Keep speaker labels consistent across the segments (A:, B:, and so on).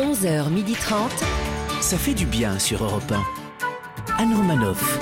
A: 11h30.
B: Ça fait du bien sur Europe 1. Anne Romanoff.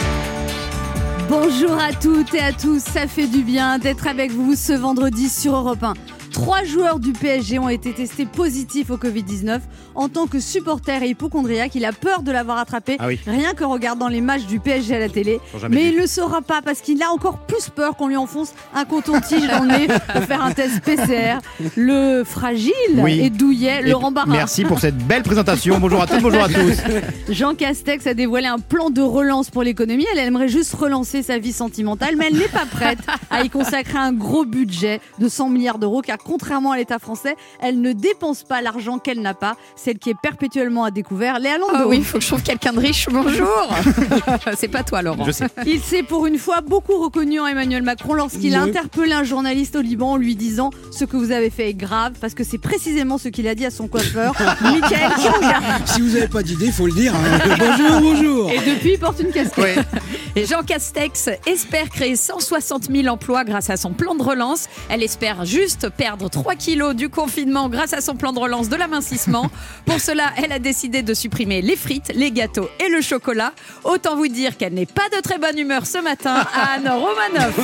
C: Bonjour à toutes et à tous, ça fait du bien d'être avec vous ce vendredi sur Europe 1. Trois joueurs du PSG ont été testés positifs au Covid-19. En tant que supporter et hypochondriaque, il a peur de l'avoir attrapé
D: Ah oui.
C: rien qu'en regardant les matchs du PSG à la télé.
D: Ils l'ont jamais
C: Mais
D: dit.
C: il ne le saura pas parce qu'il a encore plus peur qu'on lui enfonce un coton-tige dans le nez pour faire un test PCR. Le Euh, fragile
D: Oui.
C: et douillet,
D: Et
C: Laurent Barra.
D: Merci pour cette belle présentation. Bonjour à toutes, bonjour à tous.
C: Jean Castex a dévoilé un plan de relance pour l'économie. Elle aimerait juste relancer sa vie sentimentale, mais elle n'est pas prête à y consacrer un gros budget de 100 milliards d'euros, car contrairement à l'État français, elle ne dépense pas l'argent qu'elle n'a pas, celle qui est perpétuellement à découvert. Léa Landau.
E: Ah oui, il faut que je trouve quelqu'un de riche. Bonjour. c'est pas toi, Laurent.
D: Je sais.
C: Il s'est pour une fois beaucoup reconnu en Emmanuel Macron lorsqu'il a interpellé un journaliste au Liban en lui disant ce que vous avez fait est grave parce que c'est précisément ce qu'il a dit à son coiffeur, Michael Kanga.
F: Si vous n'avez pas d'idée, faut le dire. hein. bonjour, bonjour.
C: Et depuis, il porte une casquette.
E: Oui. Et Jean Castex espère créer 160 000 emplois grâce à son plan de relance. Elle espère juste perdre 3 kilos du confinement grâce à son plan de relance de l'amincissement. Pour cela, elle a décidé de supprimer les frites, les gâteaux et le chocolat. Autant vous dire qu'elle n'est pas de très bonne humeur ce matin à Anne Romanoff.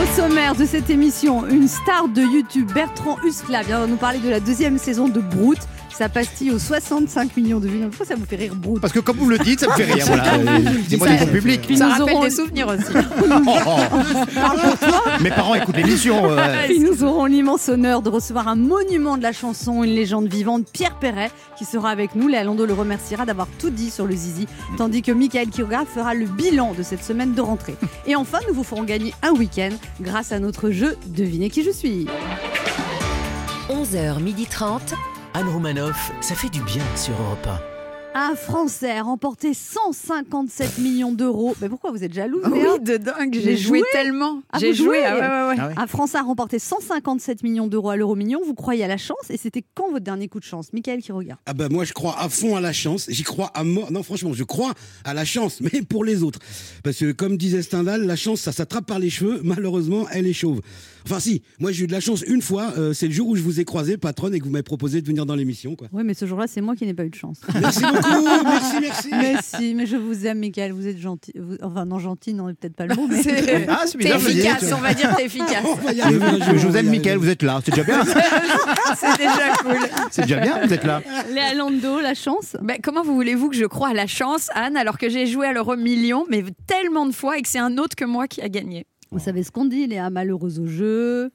C: Au sommaire de cette émission, une star de YouTube, Bertrand Huskla, vient nous parler de la deuxième saison de Brute. Sa pastille aux 65 millions de vues. Non, Pourquoi ça vous fait rire, Brute
D: Parce que comme vous le dites, ça me fait rire. Voilà. Euh, Dis-moi du bon public.
C: Puis
E: Ça
C: nous
E: rappelle
C: aurons-
E: des souvenirs aussi.
D: Oh, oh. Mes parents écoutent l'émission. euh.
C: Puis nous aurons l'immense honneur de recevoir un monument de la chanson, une légende vivante, Pierre Perret, qui sera avec nous. Léa Landau le remerciera d'avoir tout dit sur le zizi, tandis que Michael Kioga fera le bilan de cette semaine de rentrée. Et enfin, nous vous ferons gagner un week-end grâce à notre jeu Devinez qui je suis.
A: 11h30.
B: Anne Romanoff, ça fait du bien sur Europe
C: Un Français a remporté 157 millions d'euros. Mais pourquoi vous êtes jaloux
E: Oui, de dingue, j'ai joué tellement.
C: Ah,
E: J'ai
C: vous
E: joué.
C: jouez
E: ah ouais, ouais, ouais.
D: Ah ouais.
C: Un Français a remporté 157 millions d'euros à l'euro million. Vous croyez à la chance Et c'était quand votre dernier coup de chance Michael qui regarde.
F: Ah bah moi je crois à fond à la chance, j'y crois à mort. Non franchement, je crois à la chance, mais pour les autres. Parce que comme disait Stendhal, la chance ça s'attrape par les cheveux, malheureusement elle est chauve. Enfin si, moi j'ai eu de la chance une fois, euh, c'est le jour où je vous ai croisé patronne et que vous m'avez proposé de venir dans l'émission quoi.
C: Oui, mais ce jour-là, c'est moi qui n'ai pas eu de chance.
F: Merci beaucoup, merci, merci.
C: mais si, mais je vous aime, Michael. Vous êtes gentil. Vous- Enfin, non, gentil, non, peut-être pas le mot, mais.
E: C'est-
D: Ah, c'est
E: T'es
D: bizarre. je disais
E: efficace,
D: que-
E: on va dire t'es efficace.
F: On va y arriver un jour,
D: Je je
F: on
D: vous
F: va y
D: aime, Mickaël,
F: arriver.
D: vous êtes là. C'est déjà bien.
E: C'est déjà cool.
D: C'est déjà bien, vous êtes là.
C: Léa Lando, la chance
E: Ben, comment vous voulez-vous que je croie à la chance, Anne, alors que j'ai joué à l'euro million, mais tellement de fois et que c'est un autre que moi qui a gagné
C: Vous savez ce qu'on dit, Léa, malheureuse au jeu.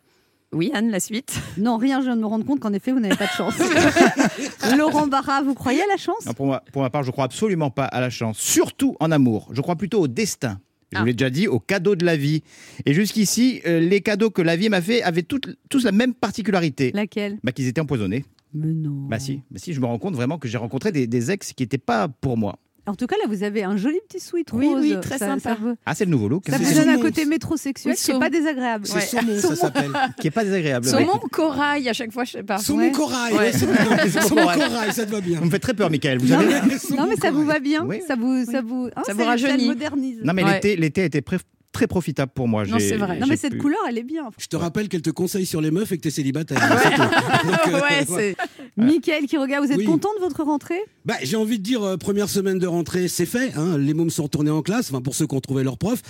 E: Oui, Anne, la suite.
C: Non, rien, je viens de me rendre compte qu'en effet, vous n'avez pas de chance. Laurent Barra, vous croyez à la chance
D: Non, Hein, pour, moi, pour ma part, je crois absolument pas à la chance, surtout en amour. Je crois plutôt au destin. Je
E: Ah.
D: vous l'ai déjà dit, aux cadeaux de la vie. Et jusqu'ici, euh, les cadeaux que la vie m'a fait avaient toutes- tous la même particularité.
C: Laquelle
D: Bah, qu'ils étaient empoisonnés.
C: Mais non.
D: Bah si, bah si, je me rends compte vraiment que j'ai rencontré des, des ex qui n'étaient pas pour moi.
C: En tout cas, là, vous avez un joli petit sweat
E: Oui,
C: rose.
E: oui, très
C: Ça-
E: sympa.
C: ça veut-
D: Ah, c'est le nouveau look,
C: Ça
F: C'est
C: vous donne un
F: saumon.
C: côté métrosexuel,
E: Oui,
C: c'est
E: saumon.
C: pas désagréable.
F: C'est
E: Ouais.
F: saumon, ça s'appelle.
D: qui est pas désagréable.
E: Saumon ou corail à chaque fois, je sais pas.
F: Saumon
C: Ouais.
F: corail,
E: Ouais.
F: ouais, c'est bon.
D: Saumon
F: saumon
D: corail.
F: corail, ça te va bien.
D: Vous me faites très peur, Michael. Vous
C: Non
D: savez.
C: mais, non, mais ça vous va bien,
D: Oui.
C: ça vous, ça vous, Ah,
E: Ça vous
C: c'est-
E: rajeunit.
C: le modernise.
D: Non mais
E: Ouais.
D: l'été, l'été a été pré- très profitable pour moi.
E: Non,
D: J'ai-
E: c'est vrai.
C: Non, mais
D: j'ai
C: cette
D: pu-
C: couleur, Ah elle est bien.
F: Je te rappelle qu'elle te conseille sur les meufs et que t'es célibataire. C'est tout. Donc, euh,
E: ouais, c'est.
C: Michael qui regarde, vous êtes
F: Oui.
C: content de votre rentrée
F: Bah, j'ai envie de dire, euh, première semaine de rentrée, c'est fait. Hein, les mômes sont retournés en classe, enfin pour ceux qui ont trouvé leur prof.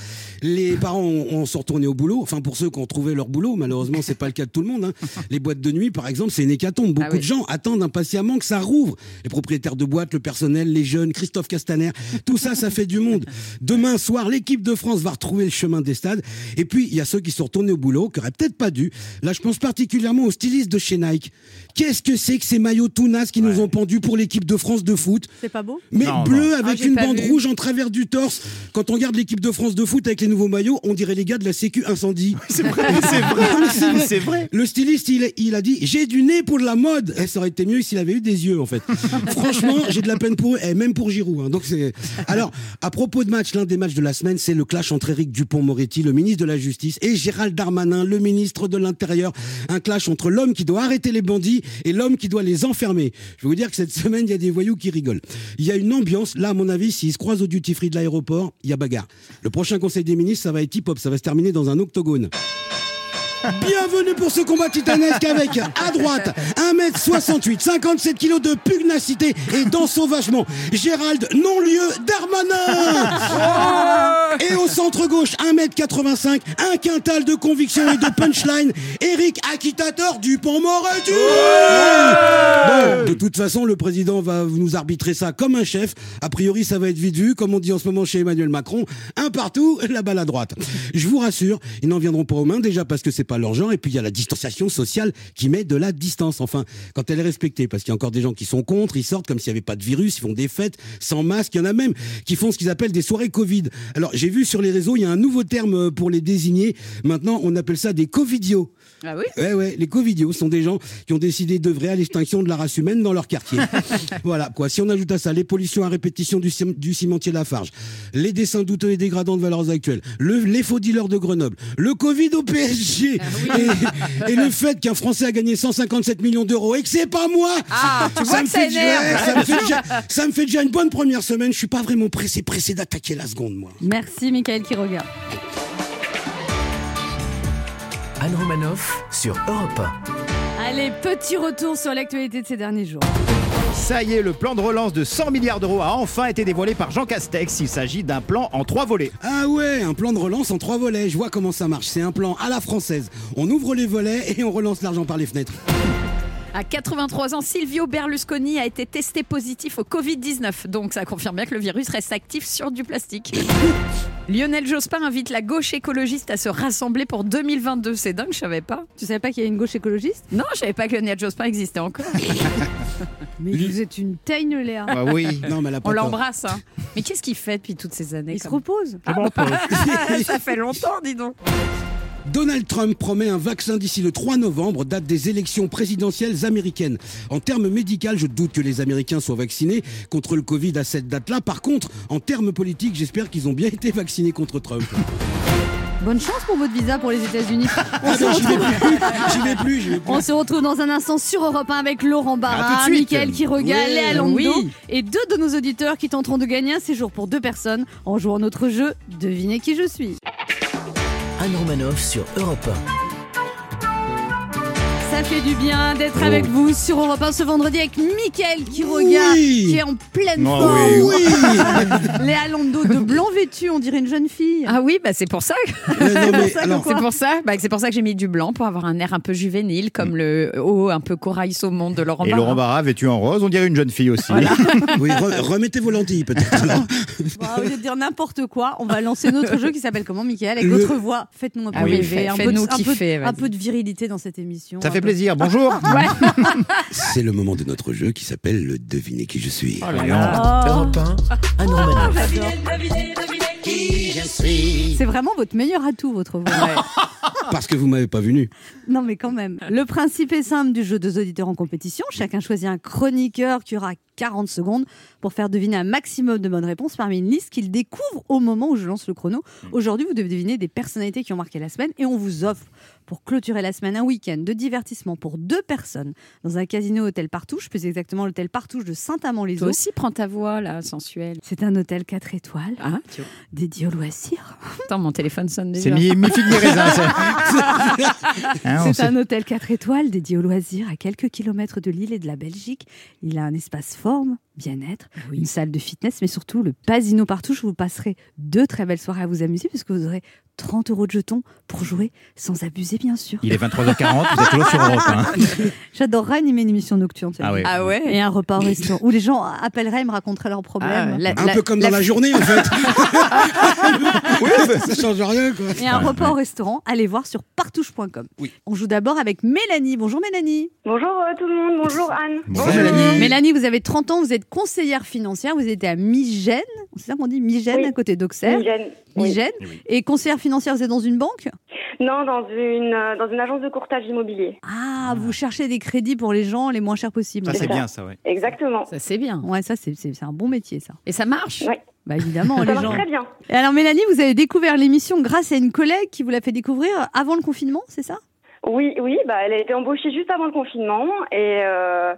F: Les parents ont, ont- sont retournés au boulot, enfin pour ceux qui ont trouvé leur boulot. Malheureusement, c'est pas le cas de tout le monde. Hein. Les boîtes de nuit, par exemple, c'est une hécatombe. Beaucoup
E: Ah oui.
F: de gens attendent impatiemment que ça rouvre. Les propriétaires de boîtes, le personnel, les jeunes, Christophe Castaner, tout ça, ça fait du monde. Demain soir, l'équipe de France va retrouver le chemin des stades. Et puis, il y a ceux qui sont retournés au boulot, qui auraient peut-être pas dû. Là, je pense particulièrement aux stylistes de chez Nike. Qu'est-ce que c'est que ces maillots tout nazes qui nous ont pendus pour l'équipe de France de foot
C: C'est pas beau
F: mais
D: Non,
F: bleu
E: Ah,
F: avec
E: j'ai
F: une
E: pas
F: bande
E: vu.
F: rouge en travers du torse. Quand on regarde l'équipe de France de foot avec les nouveaux maillots, on dirait les gars de la Sécu incendie.
D: C'est vrai, c'est vrai, c'est vrai.
F: Le styliste, il, il a dit J'ai du nez pour de la mode. Eh, ça aurait été mieux s'il avait eu des yeux, en fait. Franchement, j'ai de la peine pour eux, et même pour Giroud. hein. Donc c'est. Alors, à propos de match, l'un des matchs de la semaine, c'est le clash entre Éric Dupont-Moretti, le ministre de la Justice, et Gérald Darmanin, le ministre de l'Intérieur. Un clash entre l'homme qui doit arrêter les bandits et l'homme qui doit les enfermer. Je vais vous dire que cette semaine, il y a des voyous qui rigolent. Il y a une ambiance. Là, à mon avis, s'ils se croisent au duty-free de l'aéroport, il y a bagarre. Le prochain Conseil des ministres, ça va être hip-hop. Ça va se terminer dans un octogone. Bienvenue pour ce combat titanesque avec à droite 1m68, 57 kg de pugnacité et d'ensauvagement. Gérald non-lieu Darmanin Et au centre gauche 1m85, un quintal de conviction et de punchline, Eric Akitator du pont moretti Bon, de toute façon, le président va nous arbitrer ça comme un chef. A priori, ça va être vite vu, comme on dit en ce moment chez Emmanuel Macron, un partout, la balle à droite. Je vous rassure, ils n'en viendront pas aux mains, déjà parce que c'est pas leur genre, et puis il y a la distanciation sociale qui met de la distance, enfin, quand elle est respectée, parce qu'il y a encore des gens qui sont contre, ils sortent comme s'il n'y avait pas de virus, ils font des fêtes sans masque, il y en a même qui font ce qu'ils appellent des soirées Covid. Alors, j'ai vu sur les réseaux, il y a un nouveau terme euh, pour les désigner, maintenant on appelle ça des Covidios.
E: Ah oui
F: Ouais, ouais, les Covidios sont des gens qui ont décidé d'œuvrer à l'extinction de la race humaine dans leur quartier. voilà, quoi. Si on ajoute à ça les pollutions à répétition du, cim- du cimentier Lafarge, les dessins douteux et dégradants de valeurs actuelles, le- les faux dealers de Grenoble, le Covid au PSG,
E: Ah
F: et, et le fait qu'un Français a gagné 157 millions d'euros et que c'est pas moi
E: Ah, tu vois
F: me
E: que ça
F: fait déjà-
E: énerve.
F: ouais, ça me fait déjà- ça me fait déjà une bonne première semaine. Je suis pas vraiment pressé, pressé d'attaquer la seconde, moi.
C: Merci Michael qui regarde.
B: Anne Romanoff sur Europe 1.
C: Allez, petit retour sur l'actualité de ces derniers jours.
D: Ça y est, le plan de relance de 100 milliards d'euros a enfin été dévoilé par Jean Castex. Il s'agit d'un plan en trois volets.
F: Ah ouais, un plan de relance en trois volets. Je vois comment ça marche. C'est un plan à la française. On ouvre les volets et on relance l'argent par les fenêtres.
E: À 83 ans, Silvio Berlusconi a été testé positif au Covid-19. Donc ça confirme bien que le virus reste actif sur du plastique. Lionel Jospin invite la gauche écologiste à se rassembler pour 2022. C'est dingue, je savais pas.
C: Tu savais pas qu'il y a une gauche écologiste
E: Non, je savais pas que Lionel Jospin existait encore.
C: Mais vous êtes une teigne, Léa.
D: Ah oui.
F: bah Non, mais elle a pas
E: On
F: tort.
E: l'embrasse. hein. Mais qu'est-ce qu'il fait depuis toutes ces années
C: Il se
E: comme-
C: repose.
E: Ah bah, Ça fait longtemps, dis donc.
F: Donald Trump promet un vaccin d'ici le 3 novembre, date des élections présidentielles américaines. En termes médicaux, je doute que les Américains soient vaccinés contre le Covid à cette date-là. Par contre, en termes politiques, j'espère qu'ils ont bien été vaccinés contre Trump.
C: Bonne chance pour votre visa pour les États-Unis. On
F: Ah
C: se
F: ben, j'y vais
C: retrouve.
F: plus, j'y vais plus, j'y vais plus.
C: On se retrouve dans un instant sur Europe 1 avec Laurent
D: tout de
C: Barra,
D: suite.
C: Mickaël qui regarde,
F: Oui,
C: Léa Landau
E: oui.
C: et deux de nos auditeurs qui tenteront de gagner un séjour pour deux personnes en jouant à notre jeu Devinez qui je suis.
B: Anne Romanoff sur Europe
C: Ça fait du bien d'être avec vous sur Europe 1 ce vendredi avec Mickaël qui regarde,
F: Oui.
C: qui est en pleine
D: Oh
C: forme.
D: oui.
F: Oui
C: Léa Landau de blanc vêtu, on dirait une jeune fille.
E: Ah oui, bah c'est pour ça. que-
F: Mais non, mais, alors,
E: C'est pour ça. Bah, c'est pour ça que j'ai mis du blanc pour avoir un air un peu juvénile,
F: Mm.
E: comme le haut un peu corail saumon de Laurent.
D: Et
E: Barra.
D: Laurent Barra, vêtu en rose, on dirait une jeune fille aussi.
F: oui, re- remettez vos lentilles peut-être. alors.
C: Bon, au lieu de dire n'importe quoi, on va lancer notre jeu qui s'appelle comment, Mickaël Avec
F: Le-
C: votre voix, faites-nous un peu
E: Ah oui,
C: rêver,
E: fait-
C: un, peu de,
E: faites-nous
C: un peu de-
E: kiffer,
C: un
E: vas-y.
C: peu de virilité dans cette émission.
D: Ça
C: Un
D: fait
C: peu-
D: plaisir. Bonjour.
F: C'est le moment de notre jeu qui s'appelle le Devinez qui je suis.
B: 1.
F: Oh.
B: Europe 1, Anne
C: Ah,
B: Romanoff.
C: C'est vraiment votre meilleur atout, votre voix.
F: Parce que vous m'avez pas venu.
C: Non, mais quand même. Le principe est simple du jeu deux auditeurs en compétition. Chacun choisit un chroniqueur qui aura 40 secondes pour faire deviner un maximum de bonnes réponses parmi une liste qu'il découvre au moment où je lance le chrono.
E: Mm.
C: Aujourd'hui, vous devez deviner des personnalités qui ont marqué la semaine et on vous offre, pour clôturer la semaine, un week-end de divertissement pour deux personnes dans un casino hôtel Partouche, plus exactement l'hôtel Partouche de
E: Toi
C: Saint-Amand-les-Eaux.
E: aussi, prends ta voix là, sensuelle.
C: C'est un hôtel 4 étoiles
E: Ah,
C: dédié au loisir.
E: attends, mon téléphone sonne déjà.
D: C'est mi, mi figue, mi raisin. c'est- Hein, on
C: C'est
D: sait-
C: un hôtel 4 étoiles dédié au loisir à quelques kilomètres de l'île et de la Belgique. Il a un espace forme, bien-être, une salle de fitness, mais surtout le Pasino Partouche où vous passerez deux très belles soirées à vous amuser puisque vous aurez 30 euros de jetons pour jouer sans abuser, bien sûr.
D: Il est 23h40, vous êtes toujours sur Europe hein. 1.
C: J'adorerais animer une émission nocturne. tu
D: Ah
C: vois.
D: ouais.
E: Ah ouais
C: Et un repas au restaurant où les gens appelleraient et me raconteraient leurs problèmes.
E: Ah, la-
F: Un
E: la-
F: peu comme dans la, journée en fait. oui, bah, ça change rien quoi.
C: Et un repas au restaurant, allez voir sur partouche.com. On joue d'abord avec Mélanie. Bonjour Mélanie.
A: Bonjour euh, tout le monde, bonjour Anne.
D: Bonjour,
C: Mélanie, vous avez 30 ans, vous êtes conseillère financière, vous étiez à Migène, c'est ça qu'on dit Migène
A: Oui.
C: à côté d'Auxerre.
A: Mylène. Oui.
C: Migène. Et conseillère financière, vous êtes dans une banque
A: Non, dans une, euh, dans une agence de courtage immobilier.
C: Ah, vous cherchez des crédits pour les gens les moins chers possibles.
D: Ça,
A: ça.
D: c'est bien, ça, ouais.
A: Exactement.
E: Ça c'est bien.
C: Ouais, ça, c'est- c'est c'est un bon métier, ça.
E: Et ça marche.
A: Ouais.
C: Bah, évidemment,
A: Ça
C: les
A: marche
C: gens.
A: très bien.
C: Et alors, Mélanie, vous avez découvert l'émission grâce à une collègue qui vous l'a fait découvrir avant le confinement, c'est ça
A: Oui, oui, bah, elle a été embauchée juste avant le confinement et euh,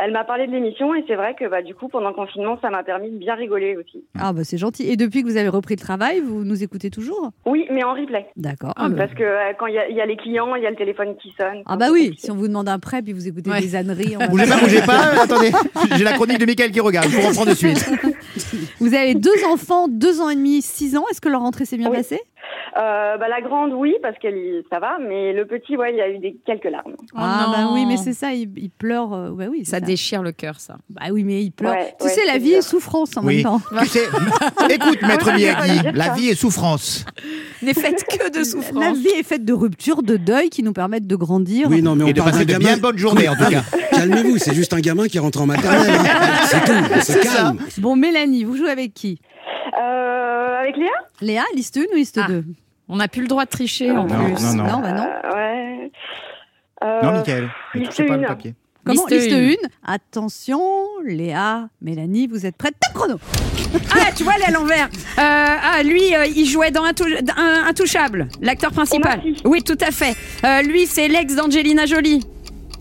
A: elle m'a parlé de l'émission et c'est vrai que bah, du coup, pendant le confinement, ça m'a permis de bien rigoler aussi.
C: Ah bah c'est gentil. Et depuis que vous avez repris le travail, vous nous écoutez toujours
A: Oui, mais en replay.
C: D'accord.
E: bah.
C: bah.
A: Ah, Parce que euh, quand il y, a- il y a les clients, il y a le téléphone qui sonne.
C: Ah bah oui, si on vous demande un prêt puis vous écoutez
E: Ouais.
C: des âneries. on-
D: Bougez pas, bougez pas. euh, Attendez, j'ai la chronique de Michael qui regarde. Je vous reprends de suite.
C: Vous avez deux enfants, deux ans et demi, six ans. Est-ce que leur rentrée s'est bien
A: Oui.
C: passée
A: Euh, bah, la grande, oui, parce qu'elle, ça va, mais le petit, ouais, il y a eu des, quelques larmes.
C: Ah
E: Oh
C: bah
E: non.
C: oui, mais c'est ça, ils, ils pleurent. euh, bah oui, c'est
E: Ça déchire le cœur, ça.
C: Bah oui, mais ils pleurent.
A: Ouais,
C: tu
A: ouais,
C: sais, la
A: c'est
C: vie est
A: dur.
C: souffrance en même
D: Oui.
C: temps.
D: Tu sais, écoute, maître
A: Ouais,
D: Miyagi,
A: ouais,
D: la
A: ouais.
D: vie est souffrance.
E: N'est faite que de
C: La
E: souffrance.
C: vie est faite de ruptures, de deuils qui nous permettent de grandir.
F: Oui, non, mais on
D: Et de
F: parle
D: passer
F: d'un
D: de
F: gamin-
D: bien bonnes journées, en tout cas.
F: Calmez-vous, c'est juste un gamin qui rentre en maternelle. hein. C'est tout, on se
D: C'est ça.
F: calme.
C: Bon, Mélanie, vous jouez avec qui
A: Euh, avec Léa
C: Léa, liste 1 ou liste
E: Ah.
C: 2
E: On n'a plus le droit de tricher en
D: Non,
E: plus.
D: non, non.
C: bah non.
A: Euh, Ouais. Euh,
D: Non, Michael, ne
A: il
D: touchez pas
A: fait
D: le
A: une.
D: papier.
C: Comment
E: Liste
C: Liste 1. Attention, Léa, Mélanie, vous êtes prêtes Top chrono
E: Ah, tu vois, elle est à l'envers. Euh, ah, lui, euh, il jouait dans Intou- dans Un- Intouchable, l'acteur principal.
A: Omar Sy.
E: Oui, tout à fait. Euh, lui, c'est l'ex d'Angelina Jolie.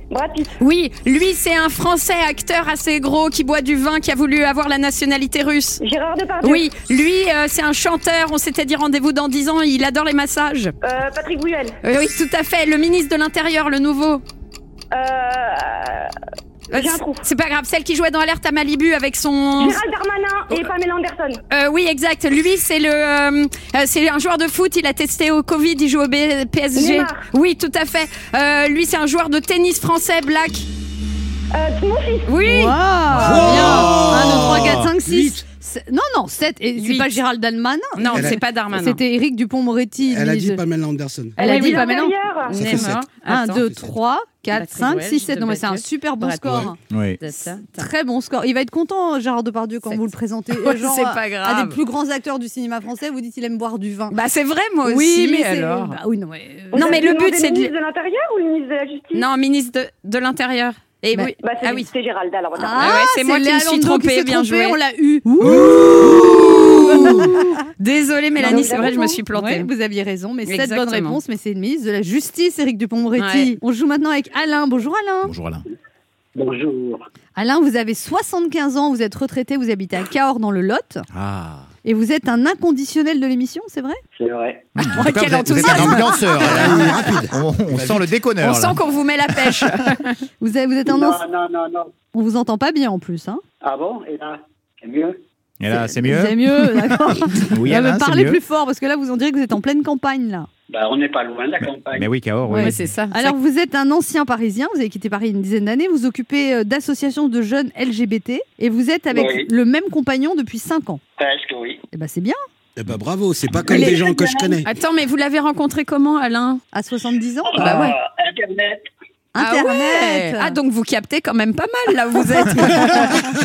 A: Brad Pitt.
E: Oui, lui, c'est un Français acteur assez gros qui boit du vin, qui a voulu avoir la nationalité russe.
A: Gérard Depardieu.
E: Oui, lui, euh, c'est un chanteur. On s'était dit rendez-vous dans 10 ans. Il adore les massages.
A: Euh, Patrick Bouel.
E: Euh, oui, tout à fait. Le ministre de l'Intérieur, le nouveau.
A: Euh,
E: Euh,
A: J'ai un trou.
E: c'est pas grave. Celle qui jouait dans Alerte à Malibu avec son.
A: Gérald Darmanin et Pamela Anderson.
E: Euh, oui, exact. Lui, c'est le, euh, euh, c'est un joueur de foot. Il a testé au Covid. Il joue au B- PSG.
A: Neymar.
E: Oui, tout à fait. Euh, lui, c'est un joueur de tennis français, Black.
A: Euh, mon fils.
E: Oui.
C: Wow, Bien 1, 2, 3, 4, 5, 6.
F: Huit.
C: Non, non, 7. Et c'est
E: Huit.
C: pas Gérald Dalmanin.
E: Non,
F: Elle a-
E: c'est pas Darmanin.
C: C'était Éric Dupont-Moretti.
F: Elle a dit
C: ministre-
F: Pamela Anderson.
C: Elle a
E: Oui,
C: dit hein.
E: oui.
C: pas maintenant.
A: L'intérieur.
F: Ça fait
E: Neymar.
F: sept.
C: 1,
E: Attends.
C: 2, 3, 4,
E: Patrick
C: 5,
E: Welch,
C: 6, 7. Non, mais
E: Brad
C: c'est un
E: Pitt.
C: super bon
E: Brad
C: score.
E: Pitt.
C: hein.
D: Oui.
C: Très bon score. Il va être content, hein, Gérard Depardieu, quand
E: Sept.
C: vous le présentez.
E: Ouais,
C: Genre,
E: c'est
C: à-
E: pas
C: À
E: grave.
C: des plus grands acteurs du cinéma français, vous dites il aime boire du vin.
E: Bah, c'est vrai, moi aussi.
C: oui, mais c'est-
E: alors.
C: bah oui, non, mais, euh,
E: Non, mais le but, c'est
A: le
E: de-
A: ministre de l'Intérieur ou le ministre de la Justice
E: Non, ministre de, de l'Intérieur. Et
C: Bah,
E: oui.
A: Bah, c'est
E: ah oui.
A: c'est Gérald alors.
E: Ah ouais, c'est moi qui
C: Léa
E: me suis
C: Landau
E: trompée,
C: s'est
E: bien
C: trompée,
E: joué.
C: On l'a eu.
E: Désolée,
A: Non,
E: Mélanie,
A: mais
E: c'est vrai, je me suis
C: Ouais,
E: plantée.
C: vous aviez raison, mais cette
E: Exactement.
C: bonne réponse, mais c'est une mise de la justice, Éric Dupont-Moretti.
E: Ouais.
C: On joue maintenant avec Alain. Bonjour Alain.
D: Bonjour Alain.
G: Bonjour.
C: Alain, vous avez 75 ans, vous êtes retraité, vous habitez à Cahors dans le Lot,
D: Ah.
C: et vous êtes un inconditionnel de l'émission, c'est vrai
G: C'est vrai.
D: En tout cas,
E: quel
D: vous êtes- vous êtes un
E: enthousiasme.
D: ambianceur. Alain.
F: Ah oui, rapide.
D: On, on sent le déconneur.
E: On
D: là.
E: sent qu'on vous met la pêche.
C: vous, avez- vous êtes un
G: Non,
C: anci-
G: non, non, non.
C: On vous entend pas bien en plus. Hein
G: Ah bon Et là, c'est mieux
D: Et là, c'est mieux.
C: C'est mieux, d'accord.
D: Oui,
C: Ah, mais
D: Alain, c'est
C: parlez
D: mieux.
C: plus fort, parce que là, vous en direz que vous êtes en pleine campagne, là.
G: bah, On n'est pas loin de la campagne.
D: Mais oui, Cahors, oui.
E: Ouais, c'est ça.
C: Alors, vous êtes un ancien Parisien, vous avez quitté Paris une dizaine d'années, vous vous occupez euh, d'associations de jeunes LGBT, et vous êtes avec
G: Oui.
C: le même compagnon depuis 5 ans.
G: Presque, oui.
C: Eh ben, c'est bien,
F: Eh ben bravo, c'est pas comme
E: Les-
F: des gens que je connais.
E: Attends, mais vous l'avez rencontré comment, Alain
C: à 70 ans.
E: Bah ouais.
G: Ah, Internet,
C: Internet
E: Ah, ouais. Ah, donc vous captez quand même pas mal là où vous êtes.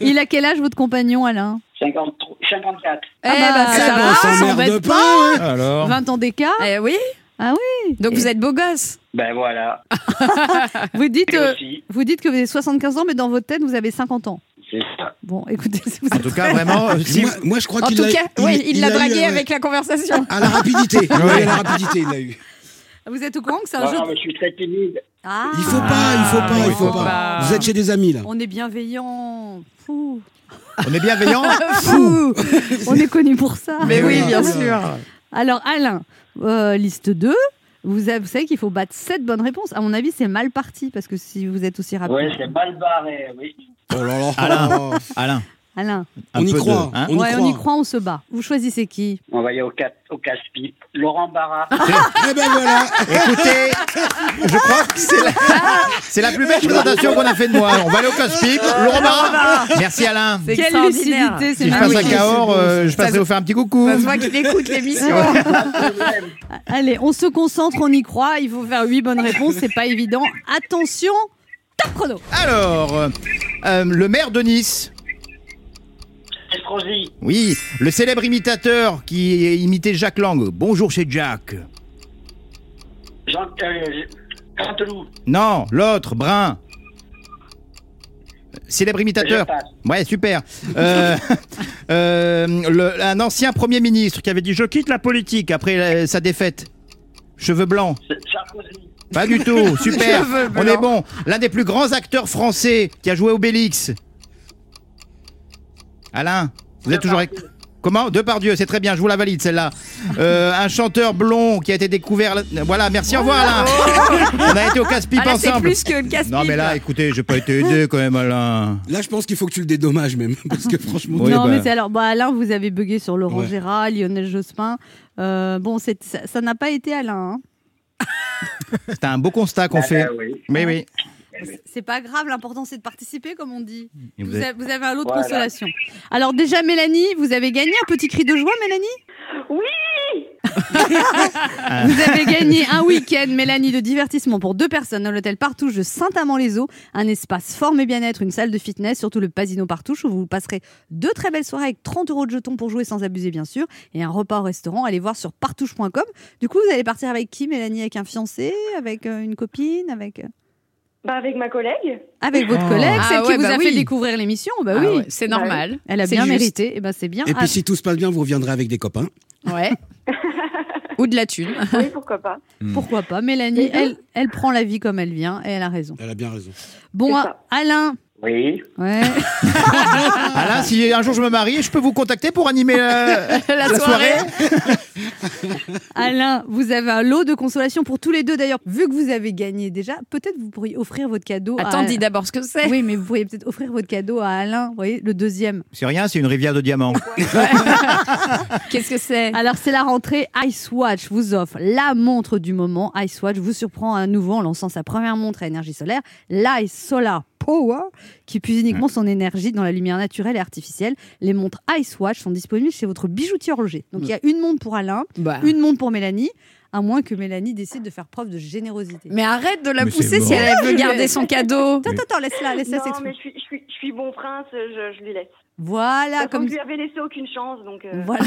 C: Il a quel âge, votre compagnon, Alain
G: 53, 54.
E: eh
C: bah,
E: bah,
C: eh
E: ça
C: bah,
F: on
E: va.
F: s'emmerde
E: s'embête
F: pas, hein.
D: Alors.
C: 20 ans d'écart
E: Eh oui.
C: Ah
E: oui. Donc vous êtes beau gosse.
G: Ben voilà.
C: vous dites,
G: Et
C: euh,
G: aussi,
C: vous dites que vous avez 75 ans, mais dans votre tête, vous avez 50 ans.
G: c'est ça.
C: Bon, écoutez, vous
D: En tout cas, vraiment, euh, si-
F: Moi, moi, je crois
E: En
F: qu'il
E: tout
F: l'a-
E: cas, oui, il l'a
F: eu,
E: dragué
F: euh,
E: avec la conversation.
F: À la rapidité. Oui,
D: Ouais.
F: à la rapidité, il l'a eu.
C: Vous êtes au courant que c'est un
G: Non,
C: jeu.
G: non, mais je suis très timide.
C: Ah,
F: Il faut pas, il faut pas, il faut pas. Vous êtes chez des amis, là.
C: On est bienveillant. Fou.
D: on est bienveillant.
C: Fou. On est connu pour ça.
D: Mais oui, bien
F: Oula.
D: sûr.
C: Alors, Alain, euh, liste 2. Vous, avez- vous savez qu'il faut battre 7 bonnes réponses. À mon avis, c'est mal parti parce que si vous êtes aussi rapide.
G: Oui, c'est mal barré, oui.
F: Oh là là.
D: Alain. Alain.
C: Alain,
D: un
F: On y
D: peu de-
F: croit.
D: hein.
F: On y
C: ouais,
F: croit.
C: on y croit, on se bat. Vous choisissez qui
G: On va y aller au, ca- au casse-pipe. Laurent Barra.
F: Eh ben voilà.
D: Écoutez, je crois que c'est la,
E: Ah.
D: c'est la plus belle présentation qu'on a fait de moi. On va aller au casse-pipe. Laurent Barra. Merci Alain.
E: C'est
C: Quelle
E: extraordinaire.
C: lucidité, c'est Ah
D: Si je passe à
C: magnifique.
D: Cahors, euh, je
E: Ça
D: passerai
E: se-
D: vous faire un petit coucou.
E: Ça se voit qu'il écoute l'émission.
C: Allez, on se concentre, on y croit. Il faut faire 8 bonnes réponses, c'est pas évident. Attention, top chrono.
D: Alors, euh, euh, le maire de Nice.
G: Estrosi.
D: Oui, le célèbre imitateur qui imitait Jacques Lang. Bonjour chez Jacques.
G: Jean. Euh, Canteloup.
D: Non, l'autre, brun. Célèbre imitateur.
G: Je passe.
D: Ouais, super. Euh, euh, le- un ancien Premier ministre qui avait dit Je quitte la politique après la- sa défaite. Cheveux blancs.
G: Sarkozy.
D: Pas du tout. Super.
E: Cheveux
D: On
E: blancs.
D: est bon. L'un des plus grands acteurs français qui a joué Obélix. Alain, vous êtes toujours avec. Comment Depardieu, c'est très bien, je vous la valide celle-là. Euh, un chanteur blond qui a été découvert. Voilà, merci, au revoir Alain. On a été au casse-pipe
E: Ah là, c'est
D: ensemble.
E: plus que le casse
D: Non mais là, écoutez, j'ai pas été aidé quand même Alain.
F: Là, je pense qu'il faut que tu le dédommages même, parce que franchement.
D: Oui,
C: non,
D: bah.
C: mais c'est alors. Bah, Alain, vous avez bugué sur Laurent
F: Ouais.
C: Gérard, Lionel Jospin. Euh, bon, c'est- ça ça n'a pas été Alain. hein.
D: C'était un beau constat qu'on fait.
G: Ah, oui.
D: Oui, oui.
C: C'est pas grave, l'important c'est de participer, comme on dit.
D: Mm. Et vous
C: Vous,
D: avez-
C: avez... vous avez un lot de
G: Voilà.
C: consolation. Alors, déjà, Mélanie, vous avez gagné un petit cri de joie, Mélanie Oui Vous avez gagné un week-end, Mélanie, de divertissement pour deux personnes à l'hôtel Partouche de Saint-Amand-les-Eaux. Un espace forme et bien-être, une salle de fitness, surtout le Pasino Partouche, où vous passerez deux très belles soirées avec 30 euros de jetons pour jouer sans abuser, bien sûr, et un repas au restaurant. Allez voir sur partouche.com. Du coup, vous allez partir avec qui, Mélanie Avec un fiancé Avec euh, une copine Avec. euh,
A: Bah, avec ma collègue.
C: avec votre
D: Oh.
C: collègue,
E: Ah
C: celle
E: ouais,
C: qui vous
E: bah
C: a
E: oui. Ah
C: fait découvrir l'émission, bah oui.
E: c'est normal.
C: Elle a
E: C'est
C: bien
E: juste.
C: mérité, et bah c'est bien.
F: Et
C: Ah,
F: puis si tout se passe bien, vous reviendrez avec des copains.
E: Ouais. Ou de la thune.
A: Oui, pourquoi pas.
F: Hmm.
C: pourquoi pas Mélanie, elle, elle prend la vie comme elle vient et elle a raison.
F: Elle a bien raison.
C: Bon,
A: C'est
C: à-
A: ça.
C: Alain,
G: Oui.
C: ouais.
D: Alain, si un jour je me marie, je peux vous contacter pour animer euh, la, soirée.
C: Alain, vous avez un lot de consolation pour tous les deux. D'ailleurs, vu que vous avez gagné déjà, peut-être vous pourriez offrir votre cadeau. à-
E: Attends, dis d'abord ce que c'est.
C: Oui, mais vous pourriez peut-être offrir votre cadeau à Alain, vous voyez, le deuxième.
D: C'est rien, c'est une rivière de diamants.
E: Qu'est-ce que c'est
C: Alors c'est la rentrée Icewatch vous offre la montre du moment. Icewatch vous surprend à nouveau en lançant sa première montre à énergie solaire, l'Ice Solar Power, qui puise uniquement son énergie dans la lumière naturelle et artificielle. Les montres Icewatch sont disponibles chez votre bijoutier horloger. Donc il y a une montre pour Alain,
E: Bah.
C: une montre pour Mélanie, à moins que Mélanie décide de faire preuve de générosité.
E: Mais arrête de la
D: Mais
E: pousser
D: c'est
E: si
D: bon.
E: elle veut garder son cadeau.
C: Attends, attends, laisse-la, laisse-la
A: non, mais
C: s'exprimer.
A: je suis, je, suis, je suis bon prince, je, je lui laisse.
C: Voilà,
A: Parce qu'on
C: comme
A: ne lui avait laissé aucune chance, donc. euh,
C: voilà.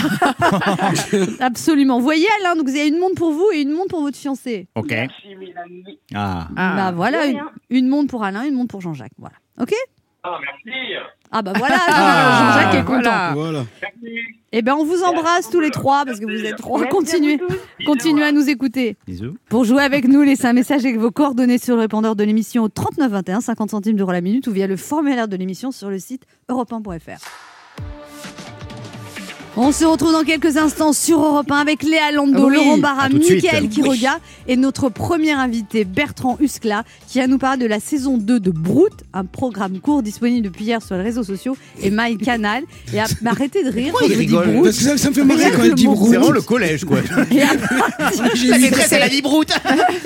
C: Absolument. Vous voyez Alain, donc vous avez une montre pour vous et une montre pour votre fiancé.
D: Ok.
G: Merci, Mélanie.
D: Ah.
C: Bah voilà,
A: de
C: une,
A: rien.
C: une montre pour Alain, une montre pour Jean-Jacques. Voilà. Ok
G: Ah, merci.
C: Ah bah voilà,
D: Ah,
C: Jean-Jacques est content.
E: voilà.
F: Voilà.
G: Merci.
C: Eh ben on vous embrasse tous les trois parce que vous êtes trois.
A: merci à vous
C: Continuez,
A: tous.
C: continuez à nous écouter.
D: Bisous.
C: Pour jouer avec nous, laissez un message avec vos coordonnées sur le répondeur de l'émission au 39 21 50 centimes d'euros la minute ou via le formulaire de l'émission sur le site europe On se retrouve dans quelques instants sur Europe 1 avec Léa Lando,
E: Oui.
C: Laurent Barra,
D: Ah À tout de suite.
C: Mickaël Quiroga et notre premier invité Bertrand Huskla qui va nous parler de la saison 2 de Brute, un programme court disponible depuis hier sur les réseaux sociaux et My Canal. Et à- mais arrêtez de rire, quand je
D: il
C: vous dis
D: rigole
C: Brute.
F: Parce que ça, ça me fait marrer
C: Regarde
F: quand elle
C: le
F: dit
C: mot
F: brute.
D: C'est vraiment le collège, quoi.
C: Et à partir-
F: J'ai
E: Mais
F: vu.
E: c'est- c'est la
D: vie broute.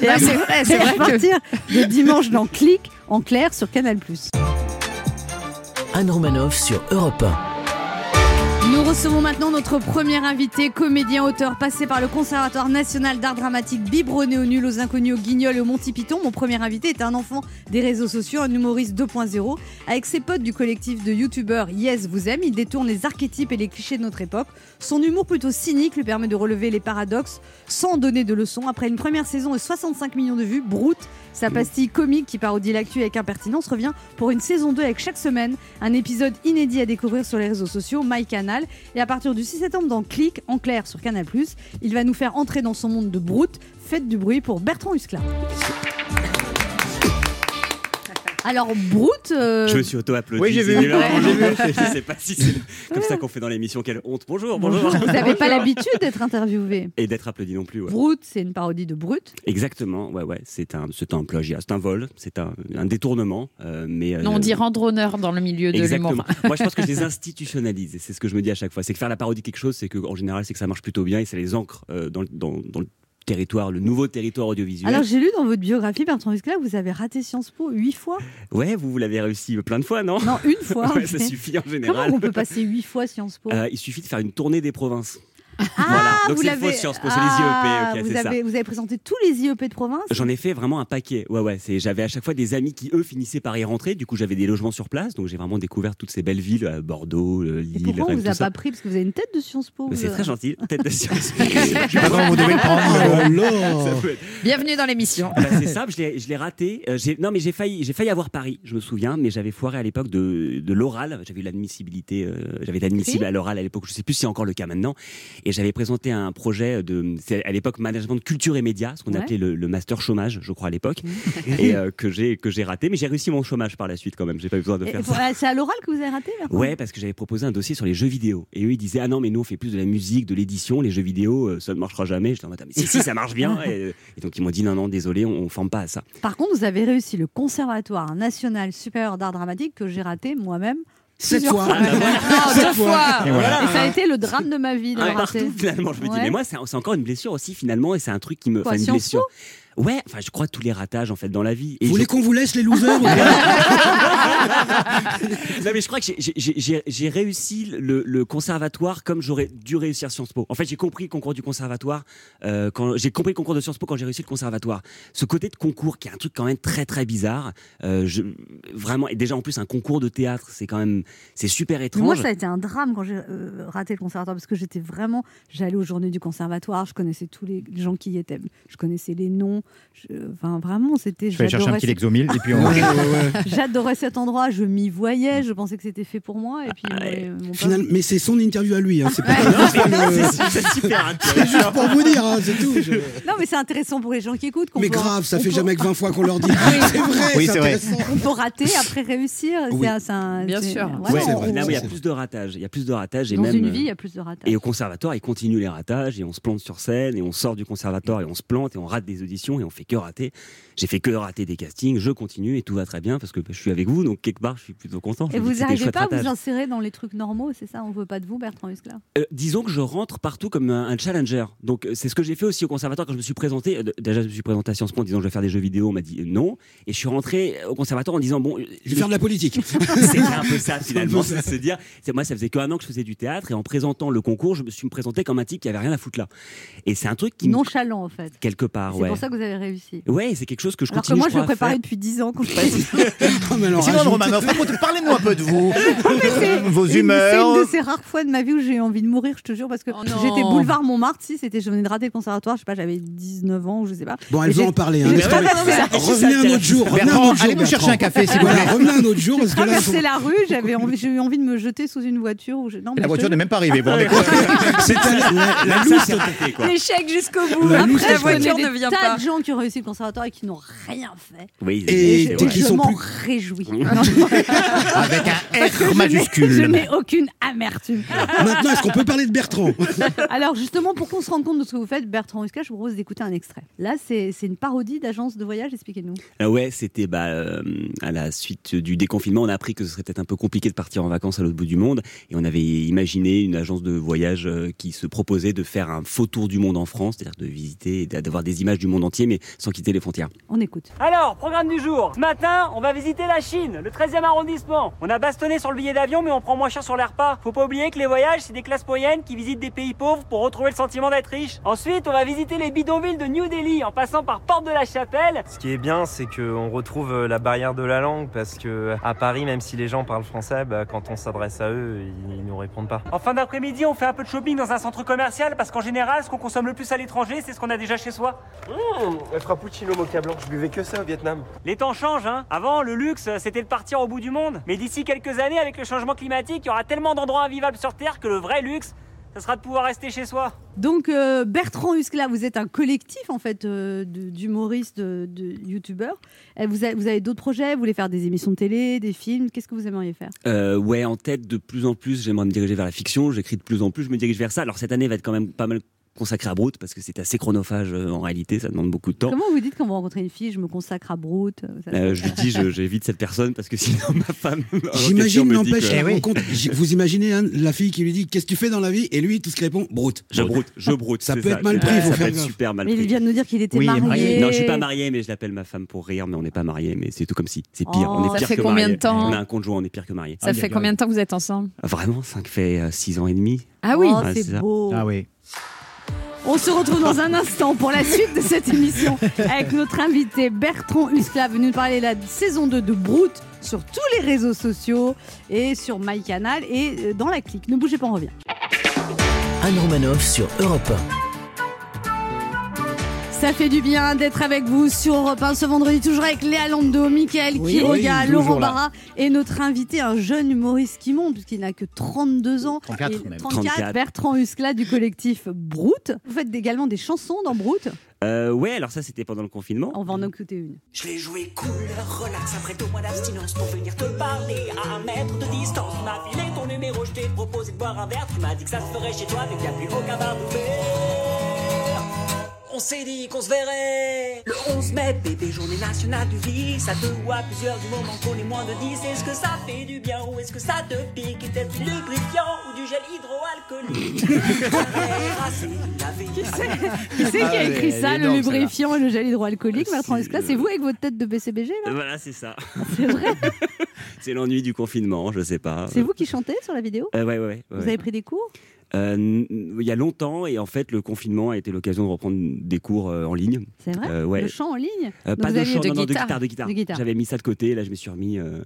C: Et à-
E: c'est vrai,
C: et
E: c'est
C: à
E: vrai que.
C: partir de dimanche dans Click, en clair, sur Canal+.
B: Anne Romanoff sur Europe
C: Nous recevons maintenant notre premier invité, comédien, auteur, passé par le Conservatoire National d'Art Dramatique, biberonné au nul, aux inconnus, aux guignols et au Monty Python. Mon premier invité est un enfant des réseaux sociaux, un humoriste 2.0. Avec ses potes du collectif de youtubeurs Yes Vous Aime, il détourne les archétypes et les clichés de notre époque. Son humour plutôt cynique lui permet de relever les paradoxes sans donner de leçons. Après une première saison et 65 millions de vues, Brute, sa
H: Mmh.
C: pastille comique qui parodie l'actu avec impertinence, revient pour une saison 2 avec chaque semaine un épisode inédit à découvrir sur les réseaux sociaux, MyCanal. Et à partir du 6 septembre, dans Click, en clair sur Canal, il va nous faire entrer dans son monde de Brute. Faites du bruit pour Bertrand Huskla. Alors, Brute. euh,
H: Je me suis auto-applaudi.
D: Oui, j'ai
H: c'est
D: vu.
H: nul à
D: Ouais.
H: branler. Je sais pas si c'est comme ça qu'on fait dans l'émission. Quelle honte. Bonjour, bonjour.
C: Bonjour, vous n'avez pas l'habitude d'être interviewé.
H: Et d'être applaudi non plus. ouais.
C: Brute, c'est une parodie de Brute.
H: Exactement. Ouais, ouais. C'est un, c'est un plagiat. C'est un vol. C'est un, un détournement. euh, mais euh,
E: Non, on dit rendre honneur dans le milieu de
H: Exactement.
E: l'humour.
H: Moi, je pense que je les institutionnalise. Et c'est ce que je me dis à chaque fois. C'est que faire la parodie de quelque chose, c'est que en général, c'est que ça marche plutôt bien et ça les ancre euh, dans, le- dans- dans le territoire, le nouveau territoire audiovisuel.
C: Alors, j'ai lu dans votre biographie, Bertrand Huskla, vous avez raté Sciences Po huit fois.
H: Ouais, vous, vous l'avez réussi plein de fois, non
C: Non, une fois.
H: Ouais, Ça
C: mais-
H: suffit en
C: Comment
H: général.
C: on peut passer huit fois Sciences Po
H: Euh, il suffit de faire une tournée des provinces.
C: Ah,
H: voilà. Donc
C: vous
H: c'est
C: l'avez-
H: faux, Sciences Po, c'est les
C: Ah,
H: IEP, ok,
C: vous,
H: c'est ça.
C: avez, vous avez présenté tous les IEP de province
H: J'en ai fait vraiment un paquet. Ouais, ouais. C'est, j'avais à chaque fois des amis qui, eux, finissaient par y rentrer. Du coup, j'avais des logements sur place. Donc, j'ai vraiment découvert toutes ces belles villes, euh, Bordeaux, euh,
C: Et
H: Lille,
C: pourquoi on
H: Rennes,
C: vous
H: tout
C: a
H: ça.
C: pas euh pris Parce que vous avez une tête de Sciences Po.
H: Mais c'est
C: vous-
H: très gentil, tête de science.
D: Pardon, vous devez le prendre.
F: Oh
H: Ça
F: là
H: peut être-
E: Bienvenue dans l'émission.
H: Bah, c'est simple, je l'ai, je l'ai raté. Euh, j'ai, non, mais j'ai failli, j'ai failli avoir Paris, je me souviens, mais j'avais foiré à l'époque de, de l'oral. J'avais eu l'admissibilité, euh, j'avais été admissible à l'oral à l'époque. Je sais plus si c'est encore le cas maintenant. Et j'avais j'avais présenté un projet de, c'est à l'époque management de culture et médias, ce qu'on
E: Ouais.
H: appelait le, le master chômage, je crois à l'époque, et euh, que j'ai que j'ai raté, mais j'ai réussi mon chômage par la suite quand même. J'ai pas eu besoin de
C: Et-
H: faire
C: et-
H: ça.
C: euh, C'est à l'oral que vous avez raté là
H: Ouais, parce que j'avais proposé un dossier sur les jeux vidéo. Et eux, ils disaient, ah non, mais nous, on fait plus de la musique, de l'édition, les jeux vidéo, euh, ça ne marchera jamais. J'étais en mode, ah, mais si, si, ça marche bien. Et, et donc, ils m'ont dit, non, non, désolé, on ne forme pas à ça.
C: Par contre, vous avez réussi le Conservatoire national supérieur d'art dramatique que j'ai raté moi-même.
F: Cette
C: plusieurs
F: fois.
E: Non, deux fois.
D: Et voilà.
C: Et ça a été le drame de ma vie de le
H: Ouais,
C: rater.
H: Ah, partout, finalement, je me dis,
C: Ouais.
H: mais moi, c'est c'est encore une blessure aussi, finalement, et c'est un truc qui me.
C: Quoi,
H: enfin, une
C: Sciences
H: blessure. Ouais, enfin, je crois tous les ratages, en fait, dans la vie. Et
F: Vous voulez
H: je-
F: qu'on vous laisse les losers ou-
H: Non, mais je crois que j'ai- j'ai- j'ai- j'ai- j'ai réussi le, le conservatoire comme j'aurais dû réussir Sciences Po. En fait, j'ai compris le concours du conservatoire euh, quand j'ai compris le concours de Sciences Po quand j'ai réussi le conservatoire. Ce côté de concours qui est un truc quand même très très bizarre. euh, je, vraiment, et déjà en plus un concours de théâtre, c'est quand même c'est super
C: Mais moi,
H: étrange.
C: ça a été un drame quand j'ai euh, raté le conservatoire parce que j'étais vraiment. J'allais aux journées du conservatoire, je connaissais tous les gens qui y étaient, je connaissais les noms. je- Enfin, vraiment, c'était.
D: Je vais aller chercher un
C: j'adorais
D: petit
C: ce-
D: Lexomil et puis on.
C: J'adorais cet endroit, je m'y voyais, je pensais que c'était fait pour moi. Et puis, ouais, mon pote-
F: Ah Finalement, mais c'est son interview à lui. hein, C'est pas-
H: C'est- c'est super intéressant.
F: juste pour vous dire, hein, c'est tout. je-
C: Non, mais c'est intéressant pour les gens qui écoutent. qu'on
F: Mais
C: peut-
F: grave, ça
C: on
F: fait
C: peut-
F: jamais que 20 fois qu'on leur dit. Ah, C'est vrai,
D: Oui,
F: c'est
D: c'est vrai.
F: intéressant.
C: On peut rater après réussir. c'est
F: Oui.
C: un- c'est un-
E: Bien
C: c'est-
E: sûr.
C: voilà,
F: Ouais, c'est
C: on-
F: vrai.
H: Là,
F: Finalement,
H: il y a
F: c'est-
H: plus de ratages. Il y a plus de ratages et
C: Dans
H: même. euh,
F: euh,
C: une vie, il y a plus de ratés.
H: Et au conservatoire, ils continuent les ratages et on se plante sur scène et on sort du conservatoire et on se plante et on rate des auditions et on fait que rater. J'ai fait que rater des castings, je continue et tout va très bien parce que bah, je suis avec vous, donc quelque part je suis plutôt content. Je
C: Et
H: me dis que
C: vous
H: c'était
C: n'arrivez
H: Oh, chouette
C: pas à vous
H: ratage.
C: insérer dans les trucs normaux, c'est ça On veut pas de vous, Bertrand Huskla.
H: Euh, disons que je rentre partout comme un, un challenger. Donc euh, c'est ce que j'ai fait aussi au conservatoire quand je me suis présenté. Euh, déjà je me suis présenté à Sciences Po en disant je vais faire des jeux vidéo, on m'a dit euh, non. Et je suis rentré au conservatoire en disant bon, euh,
F: Je vais faire de la politique.
H: c'est un peu ça finalement, c'est de se dire. C'est moi, ça faisait qu'un an que je faisais du théâtre et en présentant le concours, je me suis me présenté comme un type qui avait rien à foutre là. Et c'est un truc qui me-
C: Nonchalant, en fait.
H: quelque part,
C: C'est
H: Ah ouais.
C: pour ça que vous avez réussi.
H: Ouais, c'est quelque chose que je
C: Alors que
H: continue.
C: moi, je le
H: crois, à
C: préparais
H: faire.
C: depuis 10 ans. Quand je
F: Ah, mais alors,
D: Simone
F: rajoute-
D: Romanoff, racontez- parlez-nous un peu de vous,
C: c'est-
D: vos
C: C'est une- C'est une
D: humeurs.
C: de ces rares fois de ma vie où j'ai eu envie de mourir, je te jure, parce que
E: Oh non.
C: j'étais boulevard Montmartre, si, c'était, je venais de rater le conservatoire, je sais pas, j'avais 19 ans ou je sais pas.
F: Bon, elle
C: Et
F: veut
C: j'ai-
F: en parler. hein,
C: j'ai
F: laisse tomber.
C: traversé la-
F: Revenez un autre jour. Revenez un
D: Bertrand,
F: autre jour.
D: allez nous chercher un
F: Bertrand.
D: café, s'il vous plaît.
F: Voilà, revenez un autre jour. Parce que là,
C: traversé la rue, j'avais envie, j'ai eu envie de me jeter sous une voiture. Ou je- non, mais
D: La
C: je-
D: voiture n'est même pas arrivée. Vous vous rendez compte
F: c'est la, la-
H: Ça,
F: la loose.
H: c'est raté, quoi.
E: L'échec jusqu'au bout.
F: La
E: Après,
F: louche,
E: la
F: je connais
E: voiture
C: des
E: ne vient
C: tas
E: pas.
C: de gens qui ont réussi le conservatoire et qui n'ont rien fait.
H: Oui,
F: Et
H: c'est
C: je
F: t'es
H: vrai.
F: qui
C: je
F: sont
C: m'en
F: plus-
C: réjouis.
D: Avec un R
C: Je
D: majuscule.
C: n'ai aucune amertume.
F: Maintenant, est-ce qu'on peut parler de Bertrand
C: Alors justement, pour qu'on se rende compte de ce que vous faites, Bertrand Huska, je vous propose d'écouter un extrait. Là, c'est c'est une parodie d'agence de voyage, expliquez-nous.
H: Ah ouais, c'était bah, euh, à la suite du déconfinement, on a appris que ce serait peut-être un peu compliqué de partir en vacances à l'autre bout du monde, et on avait imaginé une agence de voyage euh, qui se proposait de faire un faux tour du monde en France, c'est-à-dire de visiter, et d'avoir des images du monde entier, mais sans quitter les frontières.
C: On écoute.
I: Alors, programme du jour. Ce matin, on va visiter la Chine, le 13e arrondissement. On a bastonné sur le billet d'avion, mais on prend moins cher sur les repas. Faut pas oublier que les voyages, c'est des classes moyennes qui visitent des pays pauvres pour retrouver le sentiment d'être riche. Ensuite, on va visiter les bidonvilles de New Delhi en passant par Porte de la Chapelle.
J: Ce qui est bien, c'est qu'on retrouve euh, la barrière de la langue parce que à Paris, même si les gens parlent français, bah, quand on s'adresse à eux, ils ils nous répondent pas.
I: En fin d'après-midi, on fait un peu de shopping dans un centre commercial parce qu'en général, ce qu'on consomme le plus à l'étranger, c'est ce qu'on a déjà chez soi.
J: Mmh, frappuccino mocha blanc, je buvais que ça au Vietnam.
I: Les temps changent, hein. Avant, le luxe, c'était de partir au bout du monde. Mais d'ici quelques années, avec le changement climatique, il y aura tellement d'endroits invivables sur Terre que le vrai luxe, ça sera de pouvoir rester chez soi.
C: Donc euh, Bertrand Huskla, vous êtes un collectif en fait euh, de- d'humoristes, de, de youtubeurs. Euh, Vous avez, vous avez d'autres projets, vous voulez faire des émissions de télé, des films, qu'est-ce que vous aimeriez faire
H: Euh, ouais, en tête de plus en plus, j'aimerais me diriger vers la fiction, j'écris de plus en plus, je me dirige vers ça. Alors cette année va être quand même pas mal consacrée à Brout, parce que c'est assez chronophage euh, en réalité, ça demande beaucoup de temps.
C: Comment vous dites quand vous rencontrez une fille, je me consacre à Brute euh, ça-
H: Euh, je lui dis, je- j'évite cette personne parce que sinon ma femme. en question
F: J'imagine,
H: me dit
F: n'empêche,
H: que- Eh
F: la rencontre. J- Eh Vous imaginez hein, la fille qui lui dit Qu'est-ce que tu fais dans la vie Et lui, tout ce qu'il répond Broute.
H: Je broute, je broute.
F: Ça
H: c'est
F: peut être mal pris,
H: Ouais, Ça
F: faut
H: peut
F: faire
H: être
F: gaffe.
H: super mal
C: Mais il
H: pris.
C: vient de nous dire qu'il était
D: Oui, il est
C: marié.
D: marié.
H: Non, je suis pas marié, mais je l'appelle ma femme pour rire, mais on n'est pas marié, mais c'est tout comme si. C'est pire,
C: Oh.
H: on est
C: Ça
H: pire
E: fait
H: que
E: combien
H: marié.
E: de temps
H: On a un conjoint, on est pire que marié.
E: Ça
D: Ah,
E: fait combien de temps que vous êtes ensemble
H: Vraiment, ça fait 6 ans et demi.
E: Ah oui.
C: Oh,
H: Ouais, c'est
C: c'est
H: ça.
C: beau.
D: Ah oui.
C: On se retrouve dans un instant pour la suite de cette émission avec notre invité Bertrand Huskla venu nous parler de la saison 2 de Brute sur tous les réseaux sociaux et sur MyCanal et euh, dans la clique. Ne bougez pas, on revient.
B: Anne Romanoff sur Europe
C: Ça fait du bien d'être avec vous sur Europe 1 ce vendredi, toujours avec Léa Lando, Mickaël
D: Oui,
C: Quiroga,
D: oui, toujours
C: Laurent
D: là.
C: Barra et notre invité, un jeune humoriste qui monte, puisqu'il n'a que 32 ans.
D: 34
C: Il-
D: même.
C: 34,
H: 34.
C: Bertrand Huskla du collectif Brute. Vous faites également des chansons dans Brute.
H: Euh, ouais, alors ça, c'était pendant le confinement.
C: On va en écouter une.
I: Je vais jouer cool, relax après deux mois d'abstinence pour venir te parler à un mètre de distance. Tu m'as filé ton numéro, je t'ai proposé de boire un verre. Tu m'as dit que ça se ferait chez toi, mais qu'il n'y a plus aucun bar ouvert. On s'est dit qu'on se verrait le 11 mai, bébé, journée nationale du vice. À deux ou à plusieurs du moment qu'on est moins de 10. Est-ce que ça fait du bien ou est-ce que ça te pique? Était-ce du lubrifiant ou du gel hydroalcoolique? Qui
C: Qui c'est qui
H: Ah,
C: a
H: elle
C: écrit
H: est
C: ça, le
H: énorme, celle-là. Ah,
C: lubrifiant et le gel hydroalcoolique, Bertrand Huskla C'est vous avec votre tête de BCBG là
H: Euh, Voilà, c'est ça. C'est vrai C'est l'ennui du confinement, je sais pas.
C: C'est vous qui chantez sur la vidéo
H: Euh, ouais, ouais, ouais,
C: Vous
H: Ah, ouais.
C: avez pris des cours
H: Euh, n- il y a longtemps, et en fait, le confinement a été l'occasion de reprendre des cours euh, en ligne.
C: C'est vrai
H: Euh, ouais.
C: Le chant en ligne
H: Euh,
C: Donc
H: pas
C: vous
H: de
C: aviez-
H: chant, non, non, de guitare, de guitare.
C: De guitare.
H: J'avais mis ça de côté, là je me suis remis euh,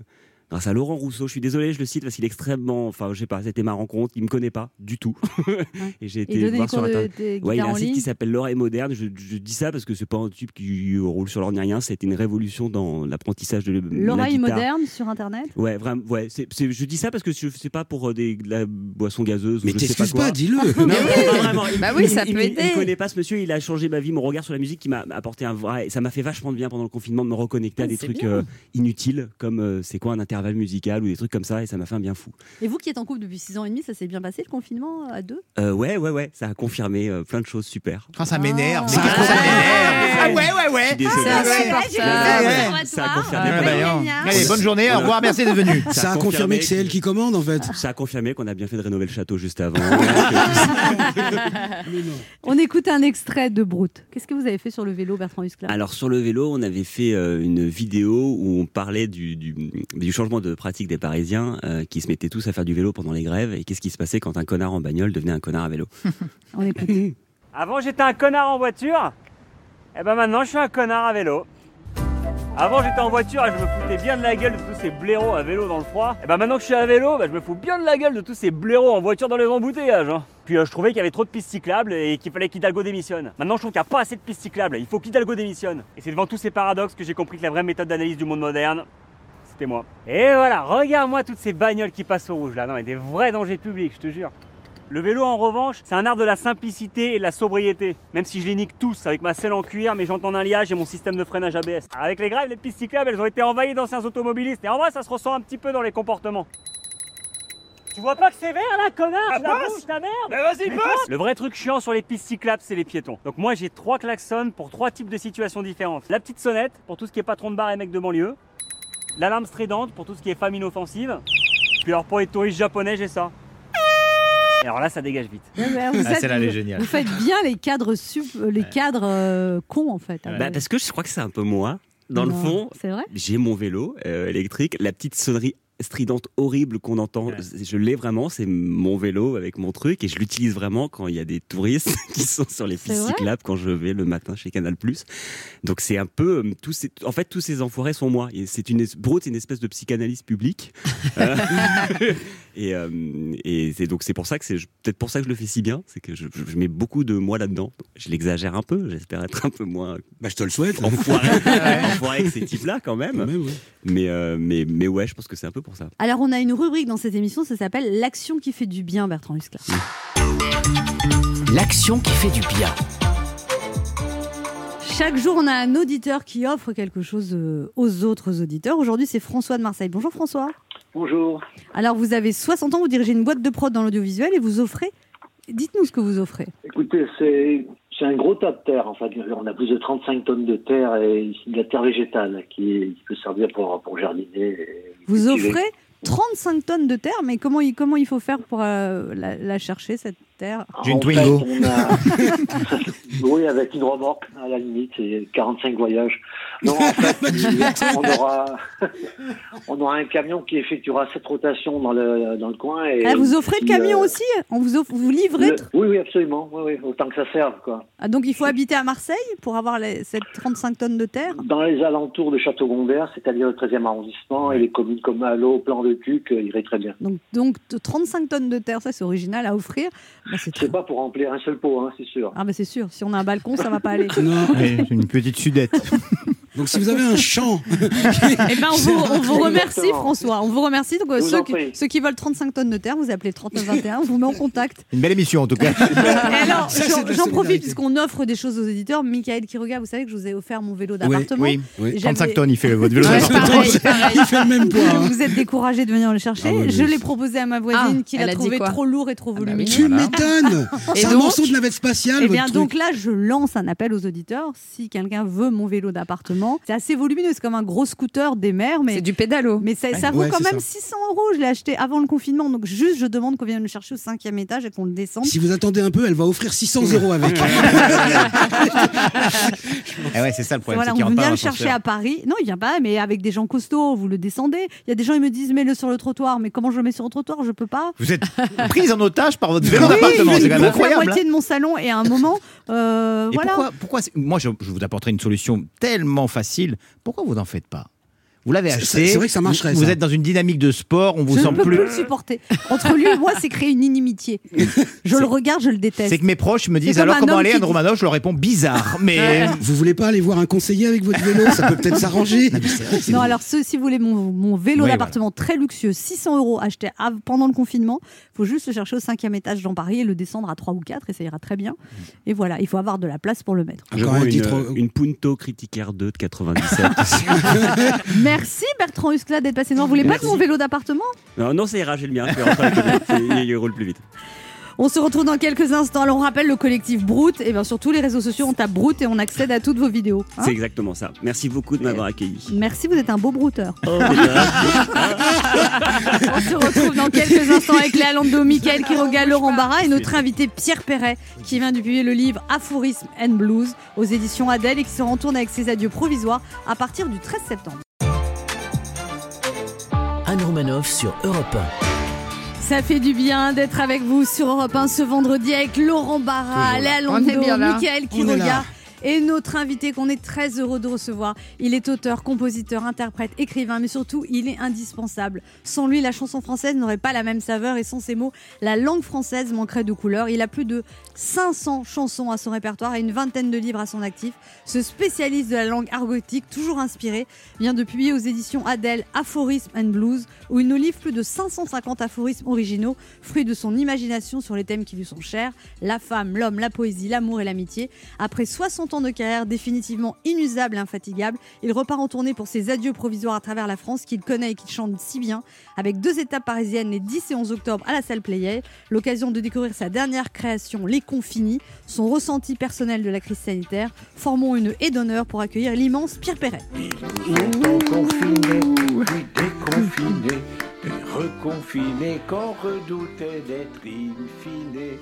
H: grâce à Laurent Rousseau. Je suis désolé, je le cite parce qu'il est extrêmement, enfin je sais pas, c'était ma rencontre, il me connaît pas du tout. et j'ai
C: Il
H: été
C: donnait des
H: voir sur
C: cours de,
H: internet.
C: de
H: Ouais, il y
C: guitare
H: a un
C: en
H: site
C: ligne.
H: qui s'appelle L'Or est moderne. Je, je dis ça parce que c'est pas un type qui roule sur l'or ni rien. C'était une révolution dans l'apprentissage de la
C: L'oreille
H: guitare.
C: moderne sur Internet
H: Ouais, vraiment. Ouais, c'est- c'est- je dis ça parce que je sais pas pour euh, des, de la boisson gazeuse.
K: Mais
H: ou je sais
K: t'excuses
H: quoi.
K: pas, dis-le.
H: Non, non, pas vraiment. Il-
E: Bah oui,
H: il-
E: ça
H: il-
E: peut
H: il-
E: aider.
H: Il connaît pas ce monsieur, il a changé ma vie, mon regard sur la musique qui m'a apporté un vrai. Ça m'a fait vachement de bien pendant le confinement de me reconnecter à
C: Ah,
H: des
C: c'est
H: trucs
C: bien.
H: euh, inutiles, comme euh, c'est quoi un intervalle musical ou des trucs comme ça, et ça m'a fait un bien fou.
C: Et vous qui êtes en couple depuis 6 ans et demi, ça s'est bien passé le confinement euh, à deux
H: Euh, ouais, ouais, ouais, ça a confirmé euh, plein de choses super.
D: Ah, ça m'énerve.
C: Ah.
D: mais qu'est-ce que ça m'énerve Ah ouais, ouais,
H: Je
D: ouais.
H: suis désolé.
E: C'est insupportable.
H: Ça a confirmé.
D: Ah,
H: plein de-
D: bah, alors. Allez, bonne journée, au
H: Voilà.
D: revoir, merci d'être venu.
K: Ça, a confirmé, que c'est elle qui commande en fait.
H: Ça a confirmé qu'on a bien fait de rénover le château juste avant.
C: On écoute un extrait de Brute. Qu'est-ce que vous avez fait sur le vélo, Bertrand Huskla
H: Alors sur le vélo, on avait fait euh, une vidéo où on parlait du, du- du changement de pratique des Parisiens euh, qui se mettaient tous à faire du vélo pendant les grèves et qu'est-ce qui se passait quand un connard en bagnole devenait un connard à vélo.
C: On écoute.
L: Avant, j'étais un connard en voiture. Et ben maintenant, je suis un connard à vélo. Avant, j'étais en voiture et je me foutais bien de la gueule de tous ces blaireaux à vélo dans le froid. Et ben maintenant que je suis à vélo, ben, je me fous bien de la gueule de tous ces blaireaux en voiture dans les embouteillages. hein. Puis euh, je trouvais qu'il y avait trop de pistes cyclables et qu'il fallait qu'Hidalgo démissionne. Maintenant, je trouve qu'il n'y a pas assez de pistes cyclables. Il faut qu'Hidalgo démissionne. Et c'est devant tous ces paradoxes que j'ai compris que la vraie méthode d'analyse du monde moderne, c'était moi. Et voilà, regarde-moi toutes ces bagnoles qui passent au rouge là. Non, mais des vrais dangers publics, je te jure. Le vélo, en revanche, c'est un art de la simplicité et de la sobriété. Même si je les nique tous avec ma selle en cuir, mes jantes en alliage et mon système de freinage ABS. Avec les grèves, les pistes cyclables, elles ont été envahies d'anciens automobilistes. Et en vrai, ça se ressent un petit peu dans les comportements. Tu vois pas que c'est vert là, connard Tu la bouges, ta merde
M: Ah, Ben, vas-y, passe
L: Le vrai truc chiant sur les pistes cyclables, c'est les piétons. Donc moi, j'ai trois klaxons pour trois types de situations différentes. La petite sonnette, pour tout ce qui est patron de bar et mec de banlieue. L'alarme stridente, pour tout ce qui est femme inoffensive. Puis alors pour les touristes japonais, j'ai ça. Et alors là, ça dégage vite.
C: Ouais, ouais, vous
D: Ah,
C: êtes-
D: celle-là, elle est
C: vous-
D: géniale.
C: Vous faites bien les cadres, sup- euh, les cadres euh, cons en fait.
H: Bah, parce que je crois que c'est un peu moi. Dans le
C: Non,
H: fond,
C: C'est vrai
H: j'ai mon vélo euh, électrique, la petite sonnerie stridente horrible qu'on entend, je l'ai vraiment, c'est mon vélo avec mon truc et je l'utilise vraiment quand il y a des touristes qui sont sur les
C: C'est
H: pistes
C: vrai
H: cyclables quand je vais le matin chez Canal+. Donc c'est un peu euh, tous ces, en fait tous ces enfoirés sont moi et c'est une es- Brault, c'est une espèce de psychanalyse publique. Euh, et euh, et c'est donc c'est pour ça que c'est je- peut-être pour ça que je le fais si bien, c'est que je, je- je mets beaucoup de moi là-dedans. Je l'exagère un peu, j'espère être un peu moins
K: Bah, je te le souhaite.
H: enfoiré, enfoiré que ces types-là quand même.
K: Mais ouais.
H: Mais, euh, mais, mais ouais, je pense que c'est un peu pour ça.
C: Alors on a une rubrique dans cette émission, ça s'appelle L'action qui fait du bien, Bertrand Huskla.
B: L'action qui fait du bien.
C: Chaque jour, on a un auditeur qui offre quelque chose euh, aux autres auditeurs. Aujourd'hui, c'est François de Marseille. Bonjour François.
M: Bonjour.
C: Alors vous avez 60 ans, vous dirigez une boîte de prod dans l'audiovisuel et vous offrez... Dites-nous ce que vous offrez.
G: Écoutez, c'est c'est un gros tas de terre. En fait, on a plus de 35 tonnes de terre et c'est de la terre végétale qui, est- qui peut servir pour, pour jardiner. et
C: Vous
G: cultiver.
C: offrez 35 tonnes de terre, mais comment il, comment il faut faire pour euh, la, la chercher, cette terre
D: J'ai une
G: En fait,
D: Twingo.
G: on a- oui, avec une remorque à la limite, c'est 45 voyages.
N: Non, en fait,
C: Bah,
N: on aura, on aura un camion qui effectuera cette rotation dans le, dans le coin. Et
C: Ah, vous offrez le
N: qui,
C: camion
N: euh,
C: aussi On vous, offre- vous livrez
N: le- Oui, oui, absolument. Oui, oui, autant que ça serve, quoi.
C: Ah, Donc il faut habiter à Marseille pour avoir les, cette 35 tonnes de terre
N: Dans les alentours de Château-Gondère, c'est-à-dire le 13e arrondissement, et les communes comme Allo, Plan de Cuc, euh, irait très bien.
C: Donc, donc t- 35 tonnes de terre, ça c'est original à offrir. Bah, c'est
N: C'est pas pour remplir un seul pot, hein, c'est sûr.
C: Ah bah c'est sûr, si on a un balcon, ça va pas aller.
D: Oui, c'est une petite sudette.
F: Donc si vous avez un champ,
C: Eh ben, on vous, on vous remercie
F: Exactement.
C: François, on vous remercie. Donc euh,
D: Je vous
C: ceux
D: en
C: qui,
D: prie.
C: ceux qui veulent 35 tonnes de terre, vous appelez 3921, on vous met en contact.
D: Une belle émission en tout cas.
C: Et alors,
D: Ça, c'est
C: j'en-
D: de la
C: j'en profite
D: solidarité.
C: puisqu'on offre des choses aux éditeurs. Michael Kiroga, vous savez que je vous ai offert mon vélo d'appartement.
D: oui, oui.
C: J'avais-
D: 35 tonnes, il fait votre vélo.
C: Ouais,
D: d'appartement.
C: pareil, pareil.
F: il fait le même poids. hein.
C: Vous êtes découragé de venir le chercher.
F: Ah oui, oui.
C: Je l'ai proposé à ma voisine
E: Ah,
C: qui
E: elle
C: l'a
E: a dit
C: trouvé
E: quoi
C: trop lourd et trop volumineux.
F: Tu m'étonnes
C: Et
F: C'est un
C: donc-
F: morceau de navette spatiale,
C: Eh
F: votre
C: bien,
F: truc.
C: donc là, je lance un appel aux auditeurs. Si quelqu'un veut mon vélo d'appartement, c'est assez volumineux, c'est comme un gros scooter des mers, mais c'est du pédalo. Mais ça, ça vaut
F: Ouais,
C: quand
F: c'est
C: même
F: ça.
C: 600 euros. Je l'ai acheté avant le confinement, donc juste, je demande qu'on vienne le chercher au cinquième étage et qu'on le descende.
F: Si vous attendez un peu, elle va offrir 600 euros avec.
D: Eh ouais, c'est ça le problème.
C: Voilà,
D: c'est qu'il
C: on
D: en
C: vient
D: parle
C: le
D: en
C: chercher
D: censeur.
C: à Paris. Non, il vient pas, mais avec des gens costauds, vous le descendez. Il y a des gens, ils me disent, mets-le sur le trottoir. Mais comment je le mets sur le trottoir Je peux pas.
D: Vous êtes prise en otage par votre vélo
C: Oui,
D: d'appartement,
C: je bouffe
D: c'est quand même
C: la
D: incroyable. hein.
C: moitié de mon salon et à un moment, euh,
D: Et
C: voilà.
D: pourquoi, pourquoi c'est- moi je, je vous apporterai une solution tellement facile. Pourquoi vous n'en faites pas Vous l'avez
F: C'est-
D: acheté.
F: c'est vrai que ça marcherait,
D: Vous, vous
F: ça.
D: êtes dans une dynamique de sport, on vous
C: je
D: sent
C: ne peux plus
D: plus.
C: le supporter. Entre lui et moi, c'est créer une inimitié. Je le regarde, je le déteste.
D: C'est que mes proches me disent
C: comme
D: alors
C: un
D: comment
C: homme
D: aller
C: qui
D: Anne
C: dit-
D: Romanoff, je leur réponds bizarre, mais
F: Vous voulez pas aller voir un conseiller avec votre vélo Ça peut peut-être s'arranger.
C: Non, alors ce, si vous voulez mon, mon vélo
D: Oui,
C: d'appartement très luxueux, 600 euros acheté av- pendant le confinement, faut juste le chercher au cinquième étage dans Paris et le descendre à 3 ou 4 et ça ira très bien.
D: Mm.
C: Et voilà, il faut avoir de la place pour le mettre.
H: Je
F: Encore
H: vends
F: un
H: une,
F: titre.
H: euh, une Punto Criticaire 2 de 97.
C: Merci Bertrand Huskla d'être passé. Non, vous voulez pas de mon vélo d'appartement
H: non, non, ça ira, j'ai le mien. je vais rentrer avec le- c'est- Il roule plus vite.
C: On se retrouve dans quelques instants. Alors on rappelle le collectif Brut et bien sur tous les réseaux sociaux on tape Brut et on accède à toutes vos vidéos. hein.
F: Ah.
H: C'est exactement ça. Merci beaucoup de m'avoir accueilli.
C: Merci, vous êtes un beau brouteur.
G: Oh.
C: On se retrouve dans quelques instants avec Léa Lando, Michael Quiroga, Laurent Barra et notre invité Pierre Perret qui vient de publier le livre Aphorisme and Blues aux éditions Adèle et qui se rend tourne avec ses adieux provisoires à partir du 13 septembre.
B: Anne Romanoff sur Europe
C: Ça fait du bien d'être avec vous sur Europe 1 ce vendredi avec Laurent Barra,
B: Toujours là.
C: Léa
O: On est
C: Lando,
O: bien là.
C: Michael
O: On est
C: Quiroga.
O: là.
C: Et notre invité qu'on est très heureux de recevoir, il est auteur, compositeur, interprète, écrivain, mais surtout il est indispensable. Sans lui, la chanson française n'aurait pas la même saveur et sans ses mots, la langue française manquerait de couleur. Il a plus de 500 chansons à son répertoire et une vingtaine de livres à son actif. Ce spécialiste de la langue argotique, toujours inspiré, vient de publier aux éditions Adèle Aphorisme and Blues, où il nous livre plus de 550 aphorismes originaux, fruits de son imagination sur les thèmes qui lui sont chers, la femme, l'homme, la poésie, l'amour et l'amitié. Après 60 ans de carrière définitivement inusable et infatigable, il repart en tournée pour ses adieux provisoires à travers la France qu'il connaît et qu'il chante si bien, avec deux étapes parisiennes les 10 et 11 octobre à la salle Playel, l'occasion de découvrir sa dernière création, Les Confinis, son ressenti personnel de la crise sanitaire. Formons une haie d'honneur pour accueillir l'immense Pierre Perret.
P: Confiné, puis déconfiné, puis reconfiné, qu'on redoutait d'être in fine,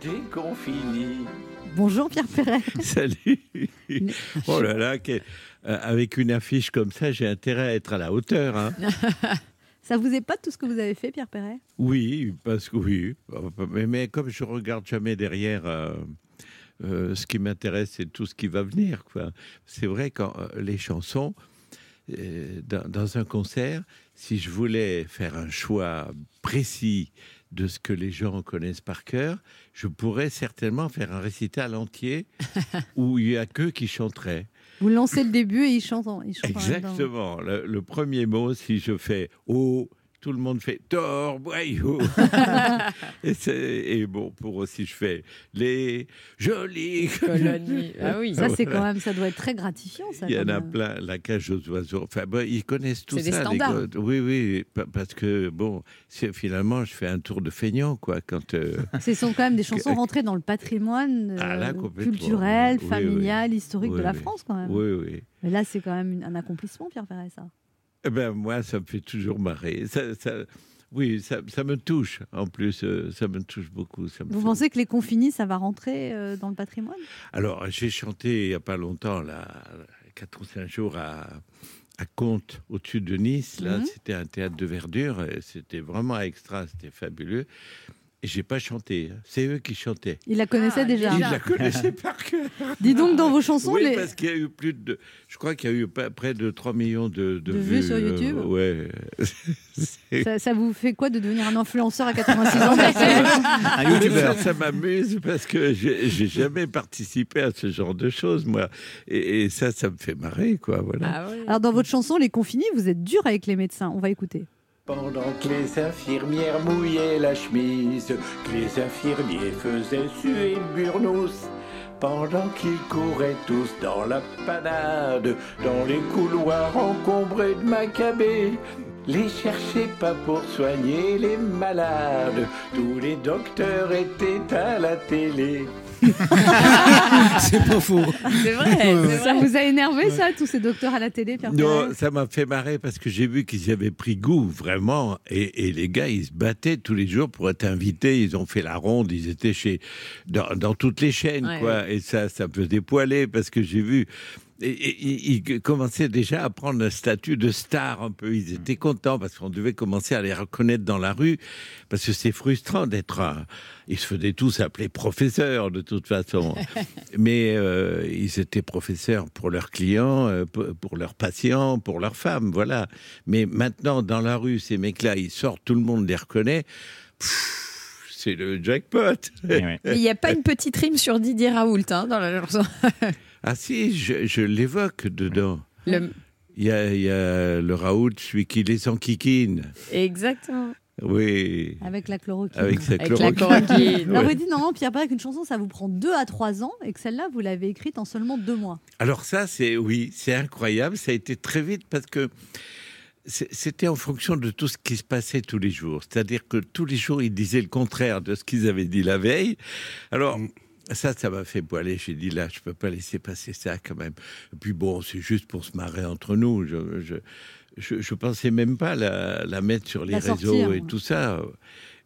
P: déconfiné.
C: Bonjour Pierre Perret.
Q: Salut. Oh là là, quel- euh, avec une affiche comme ça, j'ai intérêt à être à la hauteur. hein.
C: Ça vous est pas tout ce que vous avez fait, Pierre Perret
Q: Oui, parce que oui. Mais, mais comme je regarde jamais derrière, euh, euh, ce qui m'intéresse, c'est tout ce qui va venir. quoi. C'est vrai quand euh, les chansons, euh, dans, dans un concert, si je voulais faire un choix précis de ce que les gens connaissent par cœur, je pourrais certainement faire un récital entier où il y a qu'eux qui chanteraient.
C: Vous lancez le début et il chante. en- il chante en même temps.
Q: Exactement. Le, le premier mot, si je fais oh, tout le monde fait torboyau. et, c'est- et bon, pour aussi, je fais les jolies colonies.
C: euh, Ah Ça, c'est quand même, ça doit être très gratifiant, ça.
Q: Il y en
C: comme,
Q: a
C: euh,
Q: plein, la cage aux oiseaux. Enfin, bon, ils connaissent tout
C: C'est des
Q: ça. les
C: standards.
Q: gosses. oui, oui, pa- parce que bon, c'est- finalement, je fais un tour de feignant, quoi. Quand euh,
C: Ce sont quand même des chansons rentrées dans le patrimoine
Q: Ah, là,
C: euh,
Q: complètement.
C: culturel,
Q: Oui, oui.
C: familial, historique de
Q: Oui,
C: la
Q: oui.
C: France, quand même.
Q: Oui, oui.
C: Mais là, c'est quand même une- un accomplissement, Pierre Perret, ça.
Q: Eh ben moi, ça me fait toujours marrer. Ça, ça- oui, ça, ça me touche. En plus, euh, ça me touche beaucoup. Ça me
C: Vous
Q: fait-
C: pensez que les confinis, ça va rentrer euh, dans le patrimoine
Q: Alors, j'ai chanté il n'y a pas longtemps, là, quatre ou cinq jours à, à Contes, au-dessus de Nice. Là,
O: Mhm.
Q: c'était un théâtre de verdure. et C'était vraiment extra, c'était fabuleux. Et j'ai pas chanté. hein. C'est eux qui chantaient.
C: Il la connaissait déjà.
Q: Ils la connaissaient par cœur.
C: Dis donc, dans vos chansons,
Q: Ah, Oui,
C: les-
Q: parce qu'il y a eu plus de. Je crois qu'il y a eu pas- près de 3 millions de,
C: De vues sur
Q: euh,
C: YouTube
Q: ouais. C'est-
C: ça, ça vous fait quoi de devenir un influenceur à 86 ans
Q: Mais Ça, ça m'amuse parce que j'ai j'ai jamais participé à ce genre de choses, moi. Et, et ça, ça me fait marrer, quoi. Voilà.
C: Alors, dans votre chanson, Les Confinés, vous êtes dur avec les médecins. On va écouter.
P: Pendant que les infirmières mouillaient la chemise, que les infirmiers faisaient suer le burnous, pendant qu'ils couraient tous dans la panade, dans les couloirs encombrés de macabées, les cherchez pas pour soigner les malades, tous les docteurs étaient à la télé.
G: Ah,
F: C'est pas faux.
C: C'est
Q: vrai, c'est vrai.
C: Ça vous a énervé, ça, tous ces docteurs à la télé, Pierre
Q: Non, ça m'a fait marrer parce que j'ai vu qu'ils avaient pris goût, vraiment. Et, et les gars, ils se battaient tous les jours pour être invités. Ils ont fait la ronde, ils étaient chez, dans, dans toutes les chaînes,
O: Ouais,
Q: quoi. Et ça, ça me faisait poiler parce que j'ai vu. et- et- Ils ils commençaient déjà à prendre un statut de star un peu. Ils étaient contents parce qu'on devait commencer à les reconnaître dans la rue parce que c'est frustrant d'être un. Ils se faisaient tous appeler professeurs de toute façon. Mais euh, ils étaient professeurs pour leurs clients, euh, pour pour leurs patients, pour leurs femmes, voilà. Mais maintenant, dans la rue, ces mecs-là, ils sortent, tout le monde les reconnaît. Pfff, C'est le jackpot. Eh.
E: Il n'y a pas une petite rime sur Didier Raoult hein, dans la chanson.
Q: Ah si, je, je l'évoque dedans.
E: Le-
Q: Il y, a, il y a le Raoult, celui qui les enquiquine.
E: Exactement.
Q: Oui.
C: Avec la chloroquine.
Q: Avec sa Avec la chloroquine. chloroquine.
C: On
Q: Ouais.
C: vous dit, non, non, Pierre Perret, qu'une chanson, ça vous prend 2 à 3 ans et que celle-là, vous l'avez écrite en seulement 2 mois.
Q: Alors ça, c'est oui, c'est incroyable. Ça a été très vite parce que c'est- c'était en fonction de tout ce qui se passait tous les jours. C'est-à-dire que tous les jours, ils disaient le contraire de ce qu'ils avaient dit la veille. Alors. Ça, ça m'a fait poiler. J'ai dit là, je peux pas laisser passer ça quand même. Et puis bon, c'est juste pour se marrer entre nous. Je, je, je, je pensais même pas la, la mettre sur les
O: La
Q: réseaux
O: sortir,
Q: et
O: ouais.
Q: tout ça.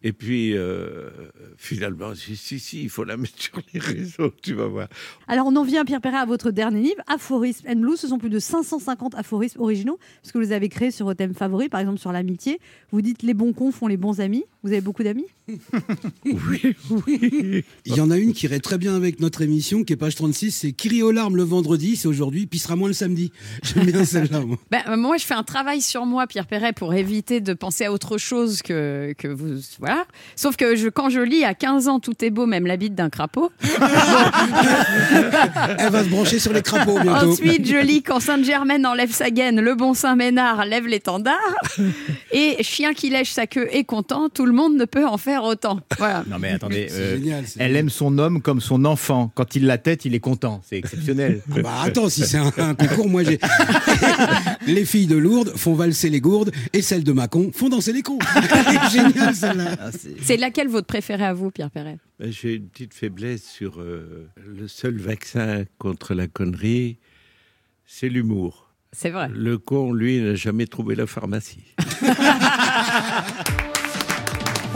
Q: Et puis euh, finalement, si, si, si, il faut la mettre sur les réseaux, tu vas voir.
C: Alors, on en vient, Pierre Perret, à votre dernier livre, Aphorismes and Blues. Ce sont plus de 550 aphorismes originaux, parce que vous les avez créés sur vos thèmes favoris, par exemple sur l'amitié. Vous dites les bons cons font les bons amis. Vous avez beaucoup d'amis
F: Il y en a une qui irait très bien avec notre émission, qui est page 36, c'est qui rit aux larmes le vendredi, c'est aujourd'hui, puis sera moins le samedi. J'aime bien celle-là, moi.
E: Ben, euh, moi, je fais un travail sur moi, Pierre Perret, pour éviter de penser à autre chose que, que vous. Voilà. Sauf que je, quand je lis à 15 ans, tout est beau, même la bite d'un crapaud.
F: Elle va se brancher sur les crapauds bientôt.
E: Ensuite, je lis quand Sainte-Germaine enlève sa gaine, le bon Saint-Ménard lève l'étendard. Et chien qui lèche sa queue est content, tout le monde ne peut en faire autant. Voilà.
R: Non mais attendez,
F: C'est
R: euh,
F: génial,
R: elle aime son homme comme son enfant. Quand il la tête, il est content. C'est exceptionnel.
F: Ah bah attends, si c'est un, un concours, moi j'ai. les filles de Lourdes font valser les gourdes et celles de Mâcon font danser les cons. Génial celle-là.
E: C'est laquelle votre préférée à vous, Pierre Perret
Q: Ben, J'ai une petite faiblesse sur euh, le seul vaccin contre la connerie, c'est l'humour.
E: C'est vrai.
Q: Le con, lui, n'a jamais trouvé la pharmacie.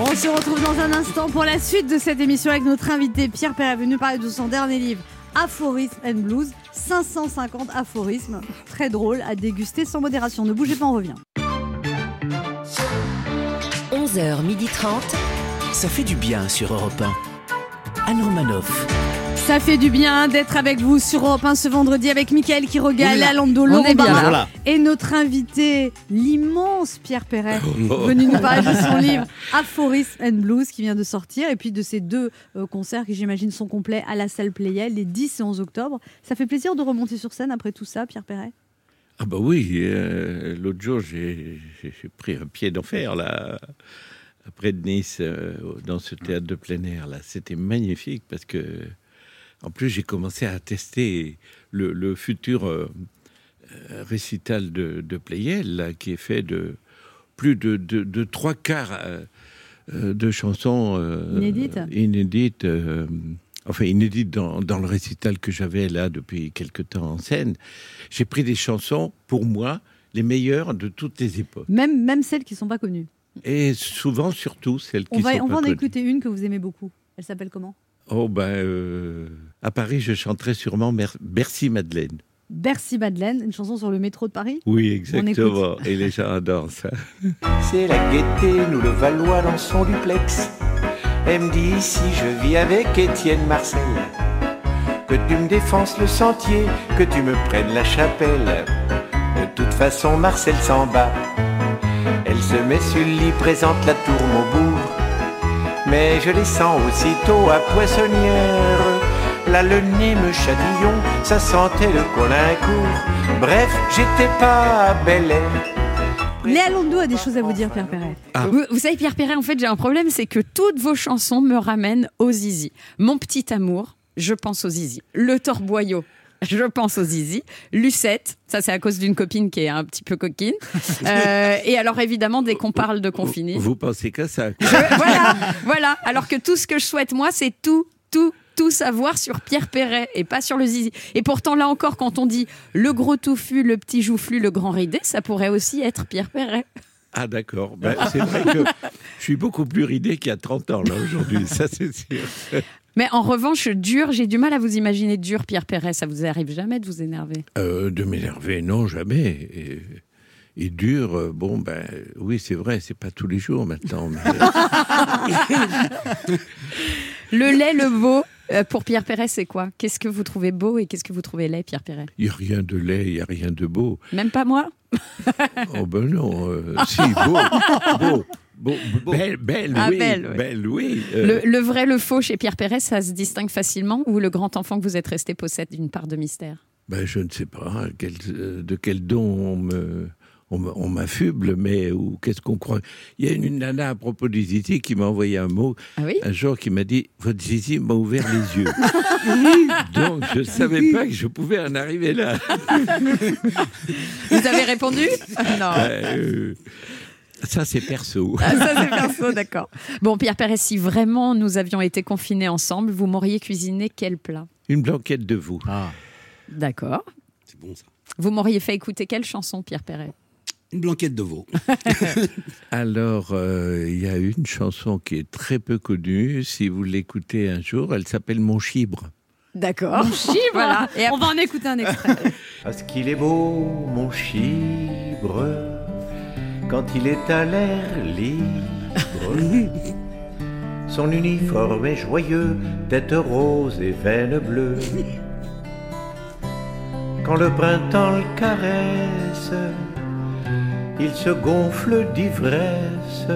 C: On se retrouve dans un instant pour la suite de cette émission avec notre invité Pierre Perret, venu parler de son dernier livre, Aphorismes and Blues. 550 aphorismes, très drôle à déguster sans modération. Ne bougez pas, on revient.
B: 11h30. Ça fait du bien sur Europe 1. Anne Romanoff.
C: Ça fait du bien d'être avec vous sur Europe 1 ce vendredi avec Mickaël qui
B: On est
C: regale
B: là.
C: Alando,
B: On
C: Laurent
B: est bien
C: Barra
B: là.
C: et notre invité, l'immense Pierre Perret,
B: Oh.
C: venu nous parler de son livre Aphorismes and Blues qui vient de sortir et puis de ses deux euh, concerts qui j'imagine sont complets à la salle Playel les 10 et 11 octobre. Ça fait plaisir de remonter sur scène après tout ça, Pierre Perret
Q: Ah bah oui, euh, l'autre jour, j'ai j'ai- j'ai pris un pied d'enfer, là, près de Nice, euh, dans ce théâtre de plein air, là. C'était magnifique parce que, en plus, j'ai commencé à tester le, le futur euh, euh, récital de, de Pleyel, là, qui est fait de plus de, de- de trois quarts euh, euh, de chansons euh,
C: Inédites.
Q: inédites, euh, enfin inédites dans, dans le récital que j'avais là depuis quelque temps en scène. J'ai pris des chansons, pour moi, les meilleures de toutes les époques.
C: même, même celles qui ne sont pas connues.
Q: Et souvent, surtout, celles
C: On
Q: qui
C: va,
Q: sont
C: on
Q: pas
C: va en
Q: connues.
C: écouter une que vous aimez beaucoup. Elle s'appelle comment
Q: Oh ben, euh, à Paris, je chanterai sûrement Mer- Bercy Madeleine.
C: Bercy Madeleine, une chanson sur le métro de Paris.
Q: Oui,
C: On écoute.
Q: exactement. Et les gens adorent ça.
P: C'est la gaieté, nous le Valois dans son duplex. Elle me dit si je vis avec Étienne Marcel, que tu me défenses le sentier, que tu me prennes la chapelle. De toute façon, Marcel s'en bat. Elle se met sur le lit, présente la tour Maubourg. Mais je les sens aussitôt à Poissonnière. Là, le nez me chatillon, ça sentait le colincourt. Bref, j'étais pas à Bel Air.
E: Léa Londo a des choses à vous dire, Pierre Perret. Vous, vous savez, Pierre Perret, en fait, j'ai un problème, c'est que toutes vos chansons me ramènent au zizi. Mon petit amour, je pense au zizi. Le torboyau. Je pense au zizi. Lucette, ça c'est à cause d'une copine qui est un petit peu coquine. Euh, et alors évidemment, dès qu'on parle de confiné,
Q: Vous pensez qu'à ça quoi.
E: voilà. Alors que tout ce que je souhaite, moi, c'est tout, tout, tout savoir sur Pierre Perret et pas sur le zizi. Et pourtant, là encore, quand on dit le gros touffu, le petit joufflu, le grand ridé, ça pourrait aussi être Pierre Perret.
Q: Ah d'accord. Ben, c'est vrai que je suis beaucoup plus ridé qu'il y a 30 ans là aujourd'hui, ça c'est sûr.
E: Mais en revanche, dur, j'ai du mal à vous imaginer dur, Pierre Perret. Ça vous arrive jamais de vous énerver
Q: Euh, de m'énerver, non, jamais. Et, et dur, euh, bon, ben oui, c'est vrai, c'est pas tous les jours maintenant. mais-
E: Le laid, le beau, euh, pour Pierre Perret, c'est quoi Qu'est-ce que vous trouvez beau et qu'est-ce que vous trouvez laid, Pierre Perret
Q: Il n'y a rien de laid, il n'y a rien de beau.
E: Même pas moi
Q: Oh ben non, euh, si, beau, Euh. beau, beau, belle, belle,
E: Ah,
Q: oui,
E: belle, oui.
Q: oui,
E: le,
Q: euh,
E: le vrai, le faux chez Pierre Perret, ça se distingue facilement ou le grand enfant que vous êtes resté possède une part de mystère
Q: ben, je ne sais pas quel- euh, de quel don on me... On me- on m'affuble, mais ou qu'est-ce qu'on croit Il y a une nana à propos du Zizi qui m'a envoyé un mot un jour qui m'a dit Votre Zizi m'a ouvert les yeux. Donc je ne savais pas que je pouvais en arriver là.
E: Vous avez répondu Non.
Q: Euh, ça, c'est perso.
E: Ah, ça, c'est perso, d'accord. Bon, Pierre Perret, si vraiment nous avions été confinés ensemble, vous m'auriez cuisiné quel plat
Q: Une blanquette de vous.
E: D'accord.
F: C'est bon ça.
E: Vous m'auriez fait écouter quelle chanson, Pierre Perret
F: Une blanquette de veau.
Q: Alors, euh, il y a une chanson qui est très peu connue. Si vous l'écoutez un jour, elle s'appelle Mon chibre.
E: D'accord. voilà. Et
C: on va en écouter un extrait.
P: Parce qu'il est beau, mon chibre, quand il est à l'air libre. Son uniforme est joyeux, tête rose et veines bleues. Quand le printemps le caresse, il se gonfle d'ivresse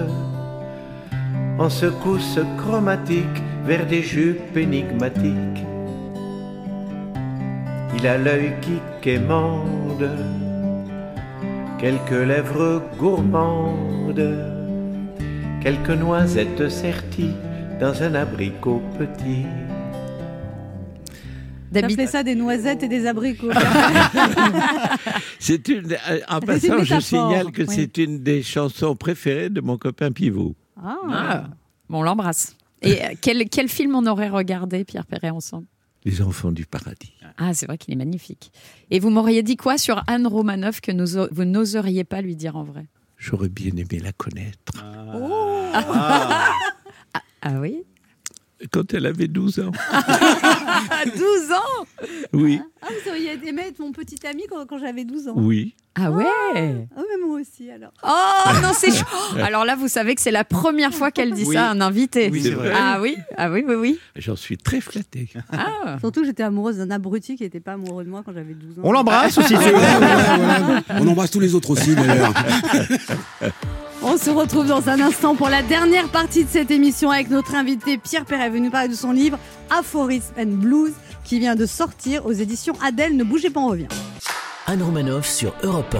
P: en secousses chromatiques vers des jupes énigmatiques. Il a l'œil qui quémande, quelques lèvres gourmandes, quelques noisettes serties dans un abricot petit.
C: T'appelais ça des noisettes et des abricots.
Q: C'est une. euh, En
C: C'est
Q: passant,
C: une
Q: je
C: métaphore,
Q: signale que
C: oui.
Q: c'est une des chansons préférées de mon copain Pivot.
E: Ah. Bon, on l'embrasse. Et euh, quel, quel film on aurait regardé, Pierre Perret, ensemble
Q: Les enfants du paradis.
E: Ah, c'est vrai qu'il est magnifique. Et vous m'auriez dit quoi sur Anne Romanoff que nous o- vous n'oseriez pas lui dire en vrai
Q: J'aurais bien aimé la connaître. Ah.
E: Ah oui
Q: Quand elle avait 12 ans.
E: Ah,
C: 12 ans
Q: Oui,
C: Ah, vous auriez aimé être mon petit ami quand, quand j'avais 12 ans.
Q: oui.
E: Ah ouais
C: Ah, mais moi aussi, alors.
E: Oh non, c'est chou- Oh, Alors là, vous savez que c'est la première fois qu'elle dit
Q: Oui.
E: ça à un invité.
Q: Oui, c'est vrai.
E: Ah oui, ah oui, oui, oui.
Q: J'en suis très flatté. Ah.
C: Surtout que j'étais amoureuse d'un abruti qui n'était pas amoureux de moi quand j'avais 12 ans.
F: On embrasse tous les autres aussi d'ailleurs.
C: On se retrouve dans un instant pour la dernière partie de cette émission avec notre invité Pierre Perret, venu parler de son livre Aphorism and Blues qui vient de sortir aux éditions Adèle. Ne bougez pas, on revient.
B: Anne Romanoff sur Europe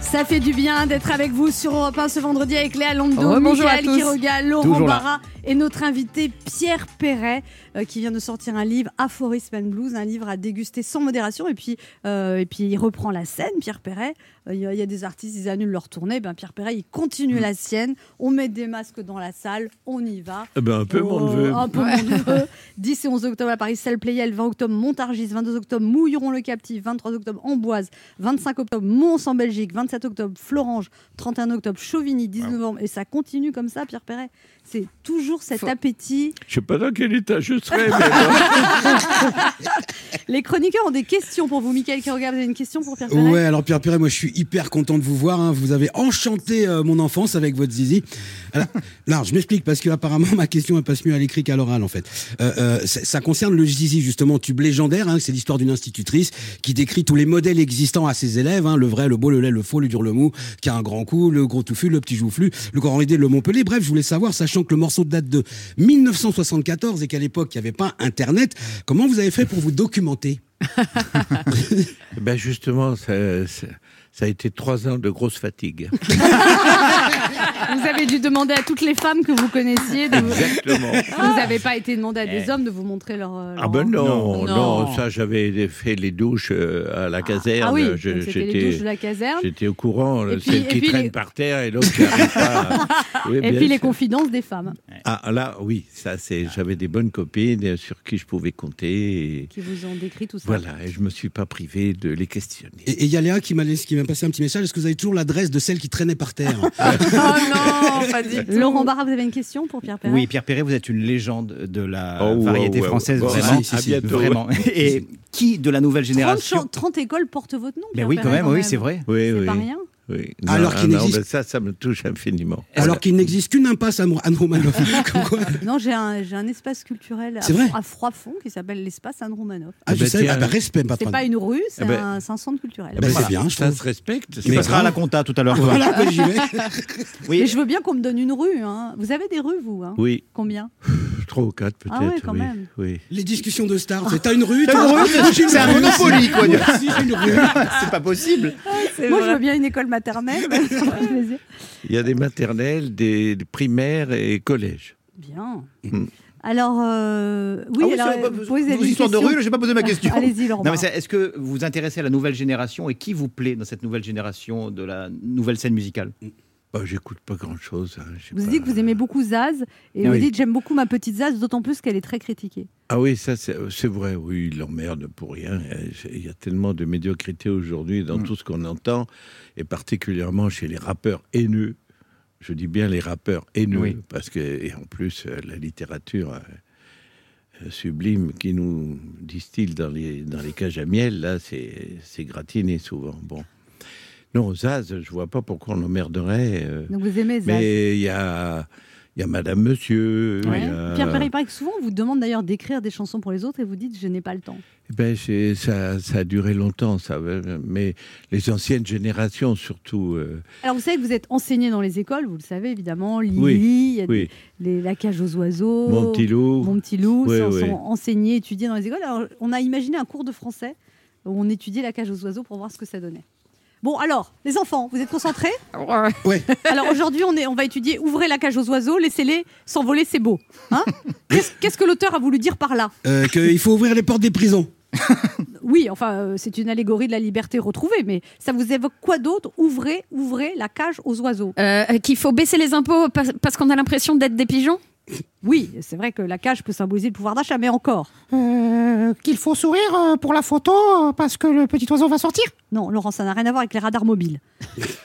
C: Ça fait du bien d'être avec vous sur Europe 1 ce vendredi avec Léa Londo,
Q: Oh,
E: Rebonjour à
C: Michael
E: tous.
C: Quiroga, Laurent
E: Toujours là.
C: Barra et notre invité Pierre Perret euh, qui vient de sortir un livre Aphorism and Blues, un livre à déguster sans modération et puis, euh, et puis il reprend la scène, Pierre Perret. Euh, Il y, a- il y a des artistes, ils annulent leur tournée, ben Pierre Perret il
Q: Mm.
C: continue la sienne, on met des masques dans la salle, on y va. Oh,
Q: Eh ben, un peu, mon neveu.
C: Un peu
Q: Ouais.
C: mon neveu. 10 et 11 octobre à Paris, Salle Playel, 20 octobre Montargis, 22 octobre Mouilleron-le-Captif, 23 octobre Amboise, 25 octobre Mons en Belgique, 27 octobre Florange, 31 octobre Chauvigny, 19 novembre. Et ça continue comme ça, Pierre Perret. C'est toujours toujours cet appétit.
Q: Je sais pas dans quel état je serais, mais
C: Les chroniqueurs ont des questions pour vous. Michael qui regarde, vous avez une question pour Pierre Perret
F: Ouais, alors Pierre Perret, moi je suis hyper content de vous voir. hein. Vous avez enchanté euh, mon enfance avec votre zizi. Alors, non, je m'explique parce que apparemment ma question elle passe mieux à l'écrit qu'à l'oral en fait. Euh, euh, ça, ça concerne le zizi justement, tube légendaire. hein. C'est l'histoire d'une institutrice qui décrit tous les modèles existants à ses élèves hein. le vrai, le beau, le laid, le faux, le dur, le mou, qui a un grand cou, le gros touffu, le petit joufflu, le grand ridé, le Montpellier. Bref, je voulais savoir, sachant que le morceau date de 1974 et qu'à l'époque il n'y avait pas Internet, comment vous avez fait pour vous documenter
Q: Ben justement, ça, ça- ça a été trois ans de grosse fatigue.
C: Ah Vous avez dû demander à toutes les femmes que vous connaissiez. De...
Q: Exactement.
C: Vous n'avez pas été demandé à des
Q: Eh.
C: hommes de vous montrer leur. euh,
Q: Ah
C: leur-
Q: ben non, non,
C: Non.
Q: ça j'avais fait les douches euh, à la caserne.
C: Ah oui, donc c'était
Q: Je-
C: les
Q: j'étais-
C: douches de la caserne.
Q: J'étais au courant,
C: Et
Q: le-
C: puis-
Q: celle
C: et
Q: qui
C: puis
Q: traîne
C: les-
Q: par terre et l'autre qui n'arrive pas. Oui,
C: Et
Q: bien
C: puis les
Q: sûr.
C: confidences des femmes.
Q: Ah là, oui, ça
C: Ah.
Q: c'est. J'avais des bonnes copines euh, sur qui je pouvais compter. et
C: qui vous ont décrit tout ça.
Q: Voilà, et je me suis pas privé de les questionner.
F: Et et il y a Léa qui m'a laissé- qui m'a passé un petit message. Est-ce que vous avez toujours l'adresse de celle qui traînait par terre
C: non, pas du tout. Laurent Barra, vous avez une question pour Pierre Perret
O: Oui, Pierre Perret, vous êtes une légende de la
Q: Oh,
O: variété
Q: ouais, ouais,
O: française,
Q: ouais.
O: vraiment.
Q: Si, si, si. À bientôt.
O: Vraiment. Et qui de la nouvelle
C: 30,
O: génération
C: chan- 30 écoles portent votre nom.
O: Mais
C: Pierre
O: oui, quand
C: Perret,
O: même, oui, c'est vrai.
Q: Oui,
C: C'est
Q: oui.
C: pas rien.
Q: Oui.
F: Alors
Q: Non,
F: qu'il
Q: non,
F: n'existe-
Q: ben ça, ça me touche infiniment. Ah
F: Alors qu'il n'existe qu'une impasse à Mo- à Romanov. Comme quoi-
C: Non, j'ai un, j'ai un espace culturel à,
F: C'est vrai
C: à Froidfond qui s'appelle l'espace Anne Roumanoff.
F: Ah, je
Q: bah,
F: sais,
Q: tiens.
F: ah bah, respect, patron.
C: C'est pas une rue, c'est
Q: Eh ben-
C: un, c'est un centre culturel.
F: Eh ben, c'est bien, je
Q: ça
F: trouve.
Q: se respecte.
O: Tu passeras à la compta tout à l'heure. toi.
F: Voilà, bah, j'y vais.
O: Oui.
C: Mais je veux bien qu'on me donne une rue. hein. Vous avez des rues, vous hein
Q: Oui.
C: Combien
Q: Trois ou quatre peut-être.
C: Ah ouais, quand
Q: oui.
C: même.
Q: oui.
F: Les discussions de
C: Ah.
F: stars, c'est t'as une rue, Ah,
O: T'as une rue,
F: J'ai une
O: c'est un
F: rue.
O: monopoly, quoi.
F: Moi aussi, j'ai une rue.
C: Ah,
O: C'est pas possible.
C: Moi, je veux bien une école maternelle. ça me ferait plaisir.
Q: Il y a des maternelles, des des primaires et collèges.
C: bien.
Q: Hmm.
C: Alors, euh, oui,
O: Mm. Ah oui,
C: alors,
O: c'est- bah,
C: euh,
O: vous-
C: posez
O: vos
C: les
O: histoires de
C: questions. Ah,
O: rue, là, j'ai pas posé ma question.
C: Allez-y, Laurent.
O: Non, mais c'est- est-ce que vous vous intéressez à la nouvelle génération et qui vous plaît dans cette nouvelle génération de la nouvelle scène musicale
Q: Bah, J'écoute pas grand-chose. hein, je sais
C: Vous
Q: pas.
C: dites que vous aimez beaucoup Zaz et
Q: Ah
C: vous
Q: oui.
C: dites j'aime beaucoup ma petite Zaz, d'autant plus qu'elle est très critiquée.
Q: Ah oui, ça c'est c'est vrai, oui, il l'emmerde pour rien. Euh, Il y a tellement de médiocrité aujourd'hui dans tout ce qu'on entend, et particulièrement chez les rappeurs haineux. Je dis bien les rappeurs haineux,
O: Oui.
Q: parce que, et en plus, euh, la littérature euh, euh, sublime qui nous distille dans les, dans les cages à miel, là, c'est c'est gratiné souvent. Bon. Non, Zaz, je vois pas pourquoi on l'emmerderait. euh,
C: Donc vous aimez Zaz.
Q: mais il y a, il y a Madame Monsieur.
O: euh,
Q: il y
C: Ouais.
Q: a-
C: Pierre Perret, il paraît que souvent on vous demande d'ailleurs d'écrire des chansons pour les autres et vous dites je n'ai pas le temps.
Q: Eh Ben, c'est- ça, ça a duré longtemps, ça. euh, Mais les anciennes générations, surtout. euh,
C: Alors vous savez que vous êtes enseigné dans les écoles, vous le savez évidemment, Lily,
Q: Oui,
C: il y a
Q: oui.
C: des- les- la cage aux oiseaux,
Q: Mon petit loup.
C: Mon petit loup,
Q: Oui,
C: sont,
Q: oui.
C: sont enseignés, étudiés dans les écoles. Alors on a imaginé un cours de français où on étudiait la cage aux oiseaux pour voir ce que ça donnait. Bon alors, les enfants, vous êtes concentrés
F: Ouais.
C: Alors aujourd'hui, on, est- on va étudier Ouvrez la cage aux oiseaux, laissez-les s'envoler, c'est beau. Hein Qu'est-ce qu'est-ce que l'auteur a voulu dire par là
F: Euh, Qu'il faut ouvrir les portes des prisons.
C: Oui, enfin, euh, c'est une allégorie de la liberté retrouvée, mais ça vous évoque quoi d'autre Ouvrez, ouvrez la cage aux oiseaux.
E: Euh, Qu'il faut baisser les impôts parce parce qu'on a l'impression d'être des pigeons
C: Oui, c'est vrai que la cage peut symboliser le pouvoir d'achat, mais encore.
S: Qu'il faut sourire euh, pour la photo euh, parce que le petit oiseau va sortir
C: Non, Laurent, ça n'a rien à voir avec les radars mobiles.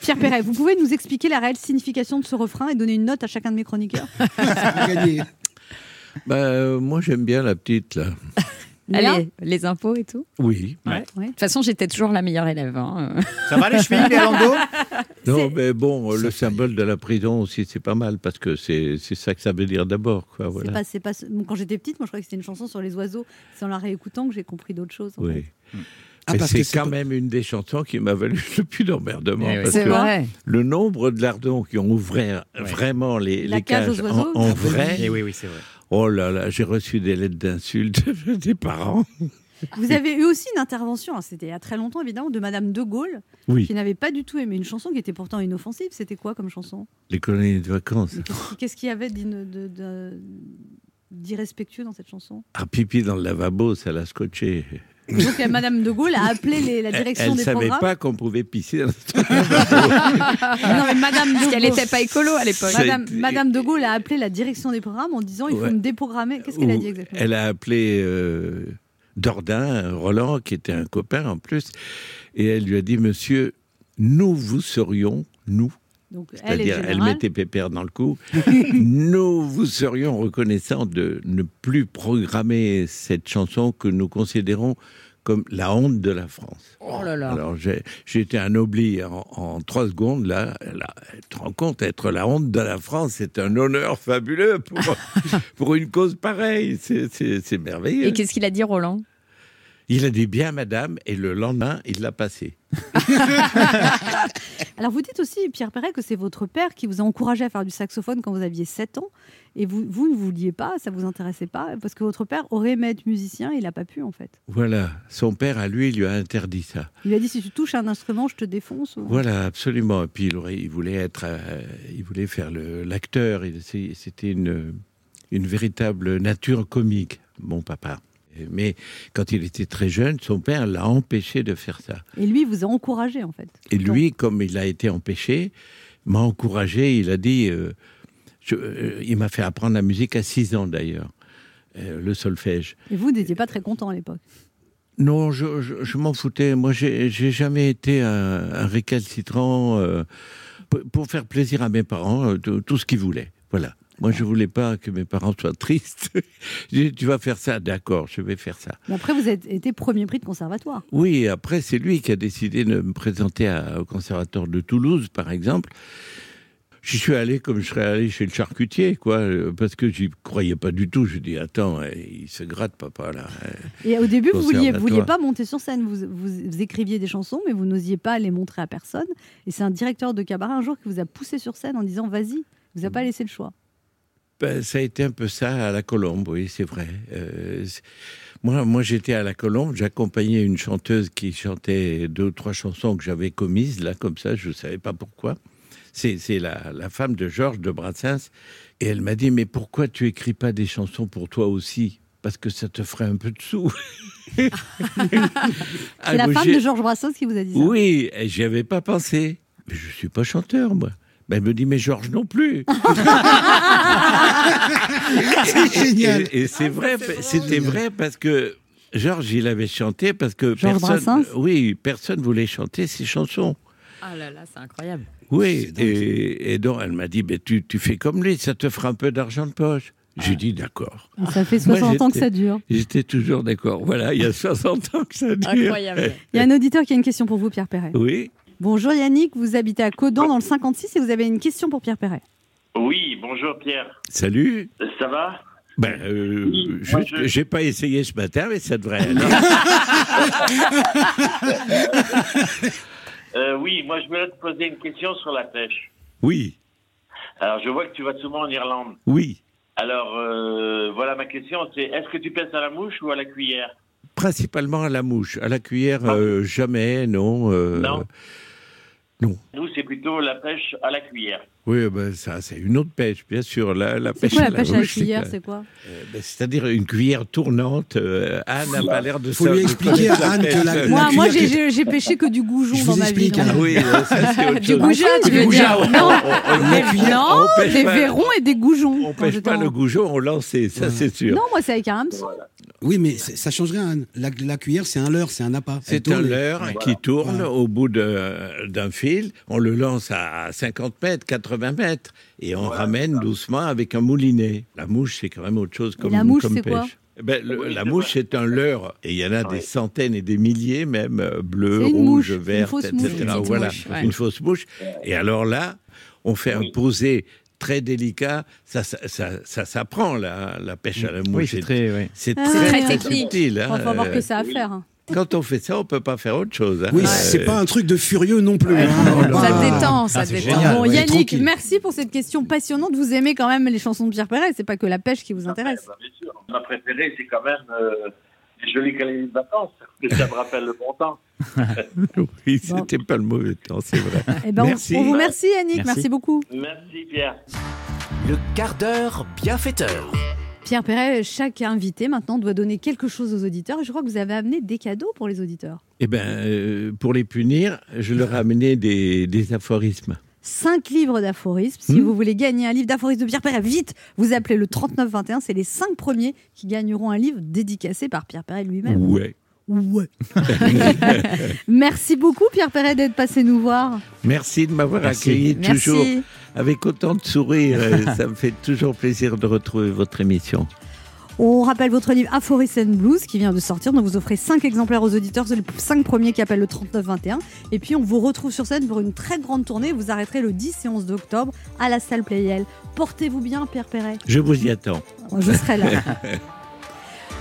C: Pierre Perret, vous pouvez nous expliquer la réelle signification de ce refrain et donner une note à chacun de mes chroniqueurs
Q: ben, euh, moi, j'aime bien la petite, là.
E: Ah, Allez, les impôts et tout.
Q: Oui.
E: De toute façon, j'étais toujours la meilleure élève. hein.
O: Ça va les chevilles, les langots
Q: Non, mais bon, le symbole de la prison aussi, c'est pas mal, parce que c'est c'est ça que ça veut dire d'abord, quoi.
C: C'est
Q: Voilà.
C: pas- c'est pas ce- bon, Quand j'étais petite, moi je croyais que c'était une chanson sur les oiseaux. C'est en la réécoutant que j'ai compris d'autres choses. en
Q: Oui.
C: fait.
F: Ah,
Q: Mais
F: parce que
Q: c'est
F: c'est
Q: quand même une des chansons qui m'a valu le plus d'emmerdement.
O: Eh oui.
Q: parce
C: C'est
Q: que
C: vrai.
Q: Le nombre de lardons qui ont ouvert vraiment les,
C: La
Q: les
C: cage aux
Q: cages en,
C: oiseaux.
Q: en
C: Ah,
Q: vrai.
O: Eh oui, oui, c'est vrai.
Q: Oh là là, j'ai reçu des lettres d'insultes des parents.
C: Vous avez eu aussi une intervention, alors c'était il y a très longtemps évidemment, de Madame de Gaulle,
Q: Oui.
C: qui n'avait pas du tout aimé une chanson qui était pourtant inoffensive. C'était quoi comme chanson
Q: Les colonies de vacances.
C: Qu'est-ce qui- Qu'est-ce qu'il y avait d'ino- de- de- d'irrespectueux dans cette chanson
Q: Ah, pipi dans le lavabo, ça l'a scotché.
C: Donc euh, Madame de Gaulle a appelé les- la direction
Q: elle ne
C: des
Q: savait
C: programmes.
Q: pas qu'on pouvait pisser. dans-
C: Non, mais Madame
E: Parce
C: de
E: qu'elle
C: Gaulle-
E: était pas écolo à l'époque.
Q: Ça a
C: Madame,
Q: été-
C: Madame de Gaulle a appelé la direction des programmes en disant il faut
Q: Ouais.
C: me déprogrammer. Qu'est-ce qu'elle a dit
Q: Où
C: exactement
Q: Elle a appelé euh, Dordain, Roland, qui était un copain en plus, et elle lui a dit Monsieur, nous vous serions, nous,
C: Donc, elle est
Q: C'est-à-dire, elle
C: générale.
Q: mettait Pépère dans le cou. nous vous serions reconnaissants de ne plus programmer cette chanson que nous considérons comme la honte de la France.
C: Oh là là.
Q: Alors j'ai j'ai été un oubli en, en trois secondes là. là tu te rends compte, être la honte de la France, c'est un honneur fabuleux pour, pour une cause pareille. C'est- C'est c'est merveilleux.
E: Et qu'est-ce qu'il a dit, Roland
Q: Il a dit bien madame et le lendemain il l'a passé.
C: Alors vous dites aussi, Pierre Perret, que c'est votre père qui vous a encouragé à faire du saxophone quand vous aviez 7 ans. Et vous, vous ne vouliez pas, ça vous intéressait pas, parce que votre père aurait aimé être musicien, il n'a pas pu en fait.
Q: Voilà, son père à lui lui a interdit ça.
C: Il lui a dit si tu touches un instrument, je te défonce. ou-
Q: Voilà, absolument. Et puis il, aurait- il voulait être, euh, il voulait faire le- l'acteur. Il- c'est- C'était une, une véritable nature comique, mon papa. Mais quand il était très jeune, son père l'a empêché de faire ça.
C: Et lui vous a encouragé en fait.
Q: Et lui, comme il a été empêché, m'a encouragé. Il a dit, euh, je- euh, il m'a fait apprendre la musique à 6 ans d'ailleurs, euh, le solfège.
C: Et vous n'étiez pas très content à l'époque.
Q: Non, je, je- je m'en foutais. Moi, j'ai j'ai jamais été un, un récalcitrant euh, pour, pour faire plaisir à mes parents, euh, tout, tout ce qu'ils voulaient. Voilà. Moi, je voulais pas que mes parents soient tristes. J'ai dit, tu vas faire ça, d'accord, je vais faire ça.
C: Mais après vous avez été premier prix de conservatoire.
Q: Oui, et après, c'est lui qui a décidé de me présenter à- au Conservatoire de Toulouse, par exemple. J'y suis allé comme je serais allé chez le charcutier, quoi, euh, parce que j'y croyais pas du tout. Je dis, attends, eh, il se gratte, papa, là. eh.
C: Et au début vous vouliez, vous
Q: Conservatoire.
C: vouliez pas monter sur scène, vous, vous- vous écriviez des chansons, mais vous n'osiez pas les montrer à personne. Et c'est un directeur de cabaret un jour qui vous a poussé sur scène en disant vas-y, il vous a pas laissé le choix.
Q: Ben, ça a été un peu ça à la Colombe, oui, c'est vrai. Euh, c'est- moi, moi j'étais à la Colombe, j'accompagnais une chanteuse qui chantait deux ou trois chansons que j'avais commises, là, comme ça, je ne savais pas pourquoi. C'est c'est la, la femme de Georges de Brassens, et elle m'a dit, mais pourquoi tu écris pas des chansons pour toi aussi Parce que ça te ferait un peu de sous.
C: C'est la femme
Q: Ah, J'ai-
C: de Georges Brassens qui vous a dit ça.
Q: Oui, et j'y avais pas pensé. Mais je suis pas chanteur, moi. Ben, elle me dit, mais Georges non plus.
F: C'est génial.
Q: Et, et c'est vrai, c'était vrai parce que Georges, il avait chanté parce que
E: Georges
Q: personne,
E: Brassens
Q: oui, personne voulait chanter ses chansons.
E: Ah là là, c'est incroyable.
Q: Oui, et, et donc elle m'a dit, mais tu, tu fais comme lui, ça te fera un peu d'argent de poche. J'ai dit, d'accord.
C: Et Ah. ça fait
Q: Moi,
C: 60 ans que
Q: j'étais-
C: ça dure.
Q: J'étais toujours d'accord. Voilà, il y a 60 ans que ça dure.
C: Il y a un auditeur qui a une question pour vous, Pierre Perret.
Q: Oui.
C: Bonjour Yannick, vous habitez à Codan dans le 56 et vous avez une question pour Pierre Perret.
G: Oui, bonjour Pierre.
Q: Salut.
G: Ça va
Q: Ben, euh, je-
G: moi, je-
Q: j'ai pas essayé ce matin, mais ça devrait aller.
G: Euh, Oui, moi je voulais te poser une question sur la pêche.
Q: Oui,
G: Alors je vois que tu vas souvent en Irlande.
Q: oui.
G: Alors euh, voilà ma question, c'est est-ce que tu pèses à la mouche ou à la cuillère
Q: Principalement à la mouche. À la cuillère,
F: Ah.
Q: euh, jamais, non. euh,
G: Non.
Q: Non.
G: Nous c'est plutôt la pêche à la cuillère.
Q: Oui, ben, ça, c'est une autre pêche, bien sûr. La, la
C: C'est
Q: pêche
C: quoi
Q: à
C: la pêche à la
Q: mouche,
C: cuillère
Q: que-
C: C'est quoi
Q: euh, ben, C'est-à-dire une cuillère tournante. euh, Anne n'a pas l'air de
F: Faut
Q: ça-
F: lui
Q: de
F: expliquer à
Q: connaître
F: Anne que
Q: pêche.
F: la- hein.
C: Moi, moi j'ai- j'ai j'ai pêché que du goujon dans ma vie.
Q: Ah oui, euh, ça, c'est autre
C: Du
Q: chose.
C: goujat, tu veux
Q: goujat,
C: dire
Q: on-
C: Non,
Q: on- on- on-
C: des
Q: on-
C: blancs,
Q: on pêche
C: des
Q: pas-
C: verrons et des goujons.
Q: On pêche pas le goujon, on lance, et ça c'est sûr.
C: Non, moi c'est avec un hameçon.
F: Oui, mais c'est- ça changerait. Anne. La, la cuillère, c'est un leurre, c'est un appât. Elle
Q: C'est un
F: tourne et-
Q: leurre qui tourne au bout de- d'un fil. On le lance à 50 mètres, 80 mètres, et on ramène doucement avec un moulinet. La mouche, c'est quand même autre chose comme,
C: la mouche,
Q: comme
C: c'est
Q: pêche.
C: quoi
Q: Eh ben, le- la mouche, c'est un leurre. Et il y en a des centaines et des milliers, même euh, bleu,
C: C'est une mouche,
Q: rouge,
C: une
Q: vert,
C: fausse
Q: etc.
C: mouche, une petite
Q: voilà,
C: mouche, ouais.
Q: une fausse mouche. Et alors là, on fait un posé très délicat. Ça, ça, ça, ça s'apprend, la, la pêche à la mouche.
O: Oui, c'est très, oui.
Q: c'est
C: Ah,
Q: très,
C: ouais.
Q: très subtil. hein.
C: Il faut voir que ça à
Q: Oui.
C: faire. hein.
Q: Quand on fait ça, on peut pas faire autre chose. hein.
F: Oui, c'est
Q: Euh,
F: pas un truc de furieux non plus. hein.
Q: Oh
C: Ça
F: Bah,
C: détend, ça
F: c'est
C: détend.
F: génial,
C: Bon,
F: ouais.
C: Yannick,
F: Tranquille.
C: merci pour cette question passionnante. Vous aimez quand même les chansons de Pierre Perret, c'est pas que la pêche qui vous intéresse.
G: Bah, bien sûr, ma préférée c'est quand même euh, les jolies colonies de vacances, que ça me rappelle le bon temps.
Q: oui, c'était pas le mauvais temps, c'est vrai.
C: Eh ben, on-
Q: Merci.
C: On vous remercie Yannick, merci beaucoup.
G: Merci Pierre.
B: Le quart d'heure bienfaiteur.
C: Pierre Perret, chaque invité maintenant doit donner quelque chose aux auditeurs. Je crois que vous avez amené des cadeaux pour les auditeurs.
Q: Eh ben, euh, pour les punir, je leur ai amené des, des aphorismes.
C: Cinq livres d'aphorismes. Si vous voulez gagner un livre d'aphorismes de Pierre Perret, vite, vous appelez le 3921. C'est les cinq premiers qui gagneront un livre dédicacé par Pierre Perret lui-même.
Q: Ouais.
C: Ouais. Merci beaucoup Pierre Perret d'être passé nous voir.
Q: Merci de m'avoir
C: Merci.
Q: accueilli
C: Merci.
Q: toujours avec autant de sourires. et ça me fait toujours plaisir de retrouver votre émission.
C: On rappelle votre livre Aphorism Blues qui vient de sortir. Donc vous offrez 5 exemplaires aux auditeurs, c'est les 5 premiers qui appellent le 3921. Et puis on vous retrouve sur scène pour une très grande tournée. Vous arrêterez le 10 et 11 d'octobre à la salle Playel. Portez-vous bien Pierre Perret.
Q: Je vous y attends.
C: Je serai là.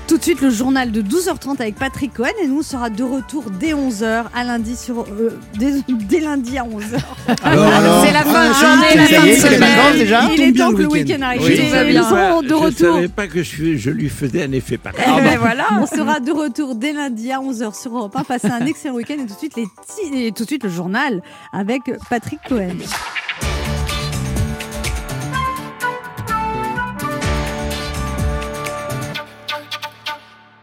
C: Tout de suite, le journal de 12h30 avec Patrick Cohen et nous on sera de retour dès 11h à lundi sur euh, dès, dès lundi à 11h.
D: alors Ah,
C: c'est la fin de journée, la
D: c'est- ça
C: fin de
D: y est, c'est les
C: semaine.
D: vacances déjà
C: Il est temps que le week-end arrive.
Q: Oui.
C: Tout va bien. Ils sont de
Q: Je
C: retour. Eh ben
Q: savais pas que je, je lui faisais un effet pareil.
C: On sera de retour dès lundi à 11h sur Europe 1. Passez un excellent week-end et tout de suite les ti- et tout de suite le journal avec Patrick Cohen.